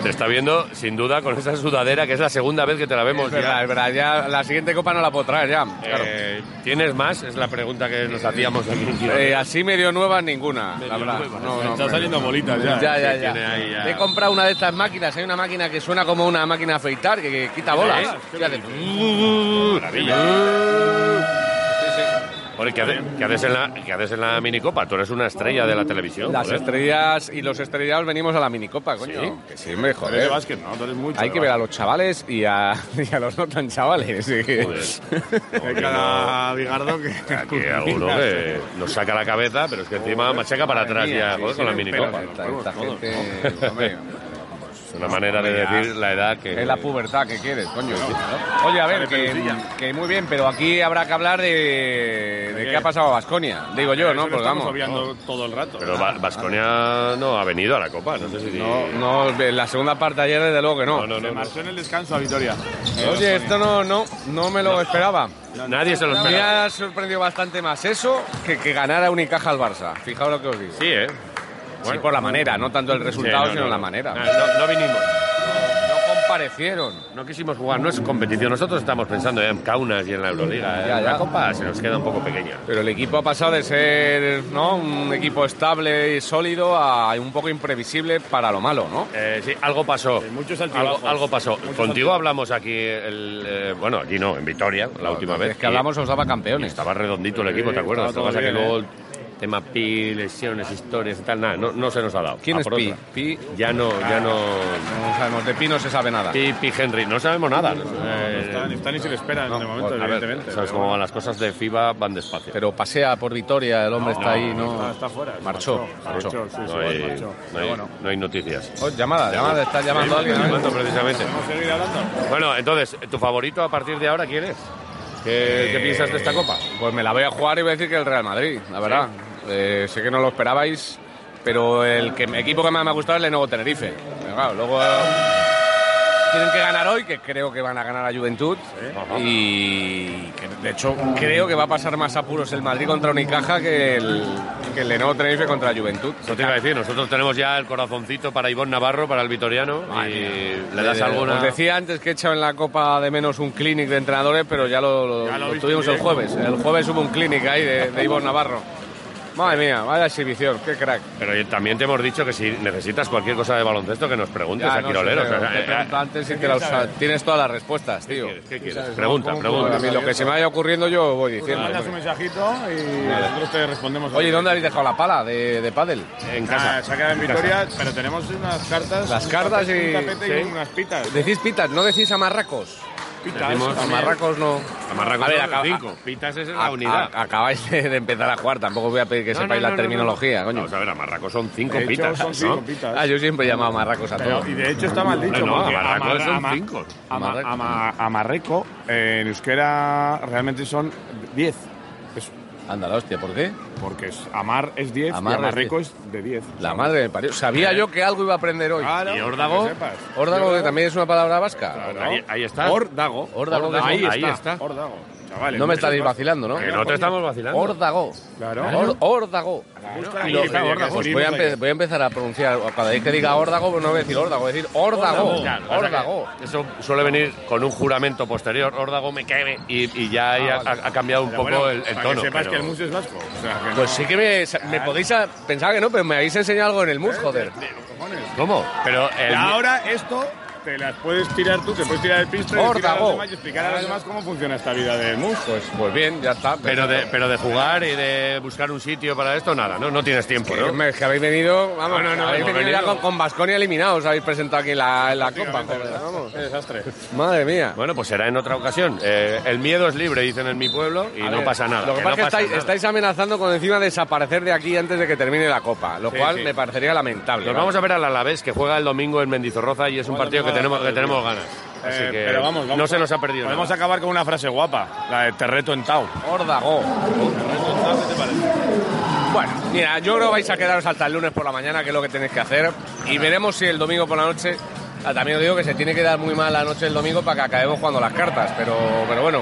S2: Te está viendo, sin duda, con esa sudadera que es la segunda vez que te la vemos.
S7: Es verdad, es verdad. Ya la siguiente copa no la puedo traer ya. Claro.
S2: Eh, ¿Tienes más? Es la pregunta que nos hacíamos aquí.
S7: Eh, así medio nueva ninguna, la verdad. No, no,
S2: Están saliendo bolitas
S7: ya. Ya, ya,
S2: Sí,
S7: ya.
S2: tiene ahí ya.
S7: He comprado una de estas máquinas. Hay una máquina que suena como una máquina a afeitar, que, que quita
S2: ¿Qué
S7: bolas.
S2: es?
S7: ¿Qué hace?
S2: Maravilla. Oye, ¿qué, hace- qué haces en la, qué haces en la minicopa? Tú eres una estrella de la televisión.
S7: Las
S2: joder.
S7: estrellas y los estrellados venimos a la minicopa, coño. Que sí, hombre, joder.
S2: Eres de
S3: básquet, ¿no? Tú eres mucho
S7: Hay
S3: de
S7: que ver a los chavales y a, y a los no tan chavales. sí.
S2: cada
S7: bigardo que...
S2: Aquí hay alguno que nos saca la cabeza, pero es que encima machaca para atrás
S7: mía,
S2: ya,
S7: sí,
S2: joder,
S7: sí,
S2: con la
S7: pero
S2: minicopa.
S7: esta-
S2: Vamos,
S7: esta
S2: todos.
S7: gente, hombre,
S2: Es una manera de
S7: hombre,
S2: decir la edad que...
S7: Es la pubertad que quieres, coño. Oye, a ver, que, que muy bien, pero aquí habrá que hablar de, de qué Ah, ha pasado a Basconia. Digo yo, ¿no? Porque vamos.
S3: todo el rato.
S2: Pero Vasconia no ha venido a la copa, no sé si...
S7: No, no, en la segunda parte ayer desde luego que
S2: No,
S7: no.
S2: no, no, Se no.
S3: marchó en el descanso a Vitoria.
S7: Oye, esto no, no, no me lo esperaba.
S2: Nadie se lo
S7: Me
S2: espera.
S7: ha sorprendido bastante más eso que que ganara Unicaja al Barça. Fijaos lo que os digo.
S2: Sí, ¿eh?
S7: Sí, por la manera, no tanto el resultado,
S2: Sí, no,
S7: sino
S2: no,
S7: la
S2: no.
S7: manera.
S2: No, no, no vinimos.
S7: No comparecieron.
S2: No quisimos jugar, no es competición. Nosotros estamos pensando ya en Kaunas y en la Euroliga. ¿eh?
S7: Mm, Ya, ya.
S2: La copa se nos queda un poco pequeña.
S7: Pero el equipo ha pasado de ser ¿no? un equipo estable y sólido a un poco imprevisible para lo malo, ¿no?
S2: Eh, sí, algo pasó.
S3: muchos altibajos.
S2: algo, algo pasó.
S3: Muchos
S2: Contigo hablamos aquí, el, eh, bueno, aquí no, en Vitoria, la última vez.
S7: Es que
S2: y-
S7: hablamos, os daba
S2: y
S7: campeones.
S2: estaba redondito el
S3: Sí,
S2: equipo, ¿te acuerdas? Lo
S3: estaba
S2: que pasa
S3: todo
S2: que
S3: bien,
S2: luego el tema pi, lesiones, historias y tal, nada, no, no se nos ha dado.
S7: ¿Quién
S2: A
S7: es
S2: por
S7: Pi?
S2: otra.
S7: Pi,
S2: Ya no, ya no.
S7: no sabemos, de Pi no se sabe nada.
S2: Pi, Pi Henry, no sabemos nada. Eh,
S3: Están, están y se le esperan de momento,
S7: a ver,
S3: evidentemente.
S2: Sabes
S3: pero
S2: cómo van las cosas de FIBA, van despacio.
S7: Pero pasea por Vitoria, el hombre está ahí,
S3: bueno,
S7: ¿no?
S3: Está, está fuera.
S7: Marchó, marchó.
S3: sí, sí,
S2: no, hay,
S3: marchó.
S2: no hay- no hay noticias.
S7: Oh, llamada, llamada, está llamando a alguien. ¿eh? a ver.
S2: Llamando precisamente.
S3: ¿Vamos a seguir hablando?
S2: Bueno, entonces, ¿tu favorito a partir de ahora quién es? ¿Qué,
S3: Eh,
S2: qué piensas de esta copa?
S7: Pues me la voy a jugar y voy a decir que el Real Madrid, la verdad. Eh, sé que no lo esperabais, pero el que, equipo que más me ha gustado es el Lenovo Tenerife. Pero claro, luego eh, tienen que ganar hoy, que creo que van a ganar a Juventud. Y que, de hecho, creo que va a pasar más apuros el Madrid contra Unicaja que el, que el Lenovo Tenerife contra Juventud.
S2: Eso te iba a decir, nosotros tenemos ya el corazoncito para Ivonne Navarro, para el Vitoriano. y le das
S7: Eh,
S2: alguna.
S7: Os decía antes que he echado en la copa de menos un clinic de entrenadores, pero ya lo, lo-
S3: Ya lo
S7: lo
S3: viste
S7: tuvimos el
S3: directo.
S7: jueves. El jueves hubo un clinic ahí de, de Ivonne Navarro. Madre mía, vaya exhibición, qué crack.
S2: Pero también te hemos dicho que si necesitas cualquier cosa de baloncesto, que nos preguntes
S7: Ya,
S2: a
S7: no
S2: Quiroleros.
S7: sé, pero
S2: O sea,
S7: te he
S2: eh,
S7: preguntado antes y te la- tienes todas las respuestas, tío.
S2: eh, ¿Qué quieres? Pregunta, pregunta.
S7: A mí lo que se me vaya ocurriendo yo voy
S3: Tú
S7: diciendo.
S3: Pues mandas un mensajito y nosotros te respondemos.
S7: Oye, ¿y ¿dónde habéis dejado la pala de, de pádel?
S2: En
S3: Ah,
S2: casa.
S3: se ha quedado en Vitoria, pero tenemos unas cartas.
S7: Las
S3: un
S7: cartas
S3: tapete-
S7: y-
S3: Un tapete y
S7: sí.
S3: unas pitas.
S7: Decís pitas, no decís amarracos.
S3: Pitas.
S2: Decimos
S3: también.
S7: Amarracos no.
S2: Amarraco
S7: A ver,
S2: no,
S7: acaba-
S2: cinco. Pitas es
S7: a-
S2: la unidad.
S7: a- acabáis de de empezar a jugar, tampoco voy a pedir que
S2: No,
S7: sepáis
S2: no,
S7: la
S2: no, no, no.
S7: terminología, coño.
S2: Vamos a ver, amarraco son cinco
S3: De hecho,
S2: pitas.
S3: son
S2: ¿no?
S3: cinco pitas.
S7: Ah, yo siempre he llamado marracos a
S3: Pero-
S7: todo.
S3: y de hecho está mal dicho.
S2: Hombre, no,
S3: porque
S2: amarraco
S3: amarra-
S2: son
S3: ama-
S2: cinco.
S3: ama-
S7: Amarraco.
S3: ama- amarreco, eh, en euskera realmente son 10. Es-
S7: Anda, la hostia, ¿por qué?
S3: porque es- amar es 10 y
S7: Amar es
S3: amarreco es de 10.
S7: La madre me parió. Sabía yo que algo iba a aprender hoy.
S3: Claro,
S2: ¿Y órdago?
S3: que sepas.
S7: Órdago, que también es una palabra vasca.
S2: Ahí, ahí está.
S3: Órdago.
S7: Órdago, que
S2: ahí,
S7: son-
S2: ahí está.
S3: Órdago. Chavales,
S7: No me
S3: muchos
S7: estaréis
S3: más.
S7: vacilando, ¿no?
S2: Que no te estamos vacilando.
S7: Órdago.
S3: Claro.
S7: Or- órdago.
S3: Justo
S7: Y
S3: ahí
S7: lo-
S3: está órdago.
S7: Pues voy a, empe- voy a empezar a pronunciar. Cada vez que diga órdago, pues no voy a decir órdago, voy a decir órdago.
S2: Ya, lo que pasa
S7: Órdago.
S2: que Eso suele venir con un juramento posterior, órdago me cae, y, y
S7: Ah,
S2: ya ahí ha, ha- ha cambiado un
S3: Pero
S2: poco
S3: bueno,
S2: el, el
S3: para
S2: tono.
S3: Que sepas
S2: pero-
S3: que el museo es vasco. O sea, que no-
S7: Pues sí que me, me podéis a- pensar que no, pero me habéis enseñado algo en el
S2: Eh,
S7: mus, joder.
S3: Cojones.
S2: ¿Cómo? Pero el-
S3: Ahora esto te las puedes tirar tú, te puedes tirar el pisto y, decir a
S7: Órdago.
S3: los demás y explicar a los demás cómo funciona esta vida del mus.
S7: Pues, pues bien, ya está.
S2: pero, de, pero de jugar y de buscar un sitio para esto, nada, no, no tienes tiempo,
S7: Que,
S2: ¿no?
S7: me- que habéis venido, vamos,
S2: No, no, no,
S7: habéis
S2: hemos
S7: venido ya
S2: venido.
S7: con, con Baskonia eliminados, habéis presentado aquí en la, en la copa. joder, vamos.
S3: Qué desastre.
S7: Madre mía.
S2: Bueno, pues será en otra ocasión. Eh, el miedo es libre, dicen en mi pueblo, y
S7: A
S2: no
S7: ver,
S2: pasa nada.
S7: Lo que, pasa
S2: no
S7: es que
S2: pasa
S7: estáis,
S2: nada.
S7: estáis amenazando con encima desaparecer de aquí antes de que termine la copa, lo
S2: Sí,
S7: cual
S2: sí.
S7: me parecería lamentable.
S2: Nos
S7: vamos.
S2: vamos a ver al Alavés, que juega el domingo en Mendizorroza y es un partido que tenemos, que tenemos ganas. Así
S3: Eh,
S2: que
S3: pero vamos, vamos
S2: no se
S3: a-
S2: nos ha perdido
S3: Podemos
S2: nada.
S3: acabar con una frase guapa, la de te reto en Tau.
S7: Órdago. Bueno, mira, yo creo que vais a quedaros hasta el lunes por la mañana, que es lo que tenéis que hacer. Y veremos si el domingo por la noche. ah, También os digo que se tiene que dar muy mal la noche el domingo para que acabemos jugando las cartas, pero, pero bueno.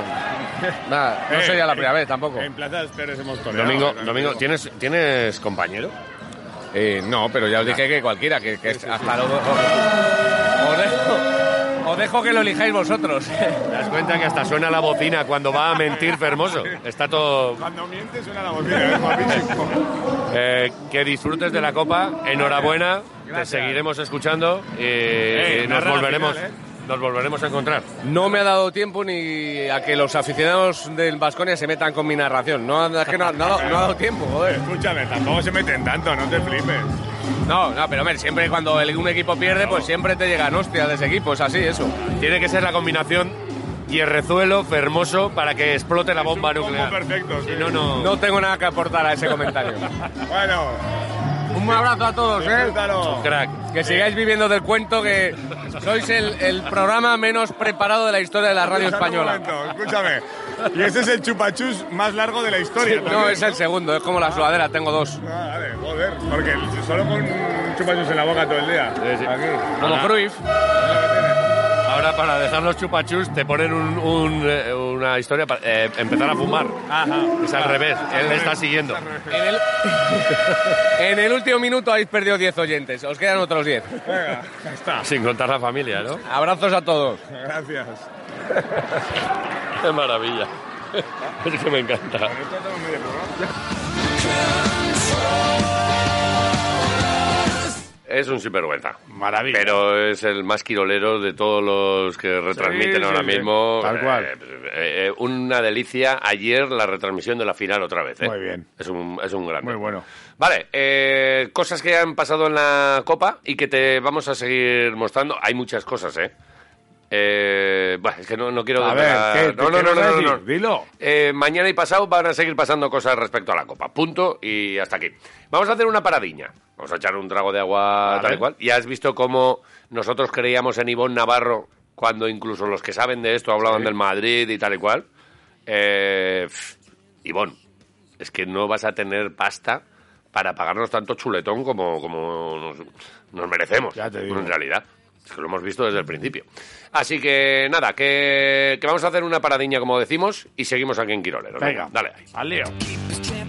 S7: Nada, no
S3: Eh,
S7: sería la
S3: eh,
S7: primera vez tampoco.
S3: En plazas peores hemos toreado.
S2: Domingo,
S3: Eh,
S2: domingo, ¿tienes, ¿tienes compañero?
S7: Eh, no, pero ya os dije que cualquiera, que, que hasta luego. dejo que lo elijáis vosotros.
S2: ¿Te das cuenta que hasta suena la bocina cuando va a mentir Fermoso? Está todo...
S12: Cuando mientes suena la bocina, ¿eh, guapísimo.
S2: Eh, que disfrutes de la copa, enhorabuena, te seguiremos escuchando y
S7: Eh,
S2: nos
S7: narra la
S2: volveremos...
S7: final, ¿eh?
S2: Nos volveremos a encontrar.
S7: No me ha dado tiempo ni a que los aficionados del Vasconia se metan con mi narración. No, es que no, ha- no ha dado- no ha dado tiempo, joder.
S12: Escúchame, tampoco se meten tanto, no te flipes.
S7: No, no, pero hombre, siempre cuando el- un equipo pierde, pues siempre te llegan hostias de ese equipo, es así, eso.
S2: Tiene que ser la combinación Hierrezuelo, Fermoso, para que explote la bomba nuclear.
S12: Perfecto, sí.
S2: No, no.
S7: No tengo nada que aportar a ese comentario.
S12: Bueno,
S7: un abrazo a todos, ¿eh?
S12: Disfrútalo.
S2: Crack.
S7: Que sigáis viviendo del cuento que sois el, el programa menos preparado de la historia de la radio
S12: Escúchame un
S7: española.
S12: momento, escúchame. Y este es el chupachus más largo de la historia.
S7: No,
S12: también.
S7: es el segundo, es como la sudadera, tengo dos.
S12: Ah, vale, joder, porque solo con chupachus en la boca todo el día. Aquí.
S7: Como Cruyff.
S2: Ahora, para dejar los chupachus, te ponen un- un, eh, una historia para eh, empezar a fumar.
S12: Ajá.
S2: Es al revés, él le está siguiendo.
S7: En el, en el último minuto habéis perdido 10 oyentes, os quedan otros 10.
S12: Venga, ya está.
S2: Sin contar la familia, ¿no?
S7: Abrazos a todos.
S12: Gracias.
S2: Qué maravilla. Es que me encanta. Es un sinvergüenza.
S3: Maravilla.
S2: Pero es el más quirolero de todos los que retransmiten
S3: sí,
S2: ahora
S3: sí.
S2: mismo.
S3: Tal cual.
S2: Eh, eh, eh, una delicia. Ayer la retransmisión de la final otra vez. ¿eh?
S3: Muy bien.
S2: Es un, es un grande.
S3: Muy bueno.
S2: Vale, eh, cosas que han pasado en la Copa y que te vamos a seguir mostrando. Hay muchas cosas, ¿eh? Eh, bah, es que no, no quiero...
S3: A ver,
S2: desvelar-
S3: ¿qué-
S2: no,
S3: qué
S2: no, no,
S3: vas a
S2: no, no,
S3: decir?
S2: no.
S3: Dilo.
S2: Eh, mañana y pasado van a seguir pasando cosas respecto a la Copa. Punto y hasta aquí. Vamos a hacer una paradiña. Vamos a echar un trago de agua
S3: Vale.
S2: tal y cual. Ya has visto cómo nosotros creíamos en Ivón Navarro cuando incluso los que saben de esto hablaban del Madrid y tal y cual. Eh, pff, Ivón, es que no vas a tener pasta para pagarnos tanto chuletón como, como nos, nos merecemos.
S3: Ya te digo.
S2: En realidad, es que lo hemos visto desde el principio. Así que nada, que, que vamos a hacer una paradiña como decimos y seguimos aquí en Quirolero.
S3: Venga.
S2: dale ahí.
S3: Al lío.
S1: Keep his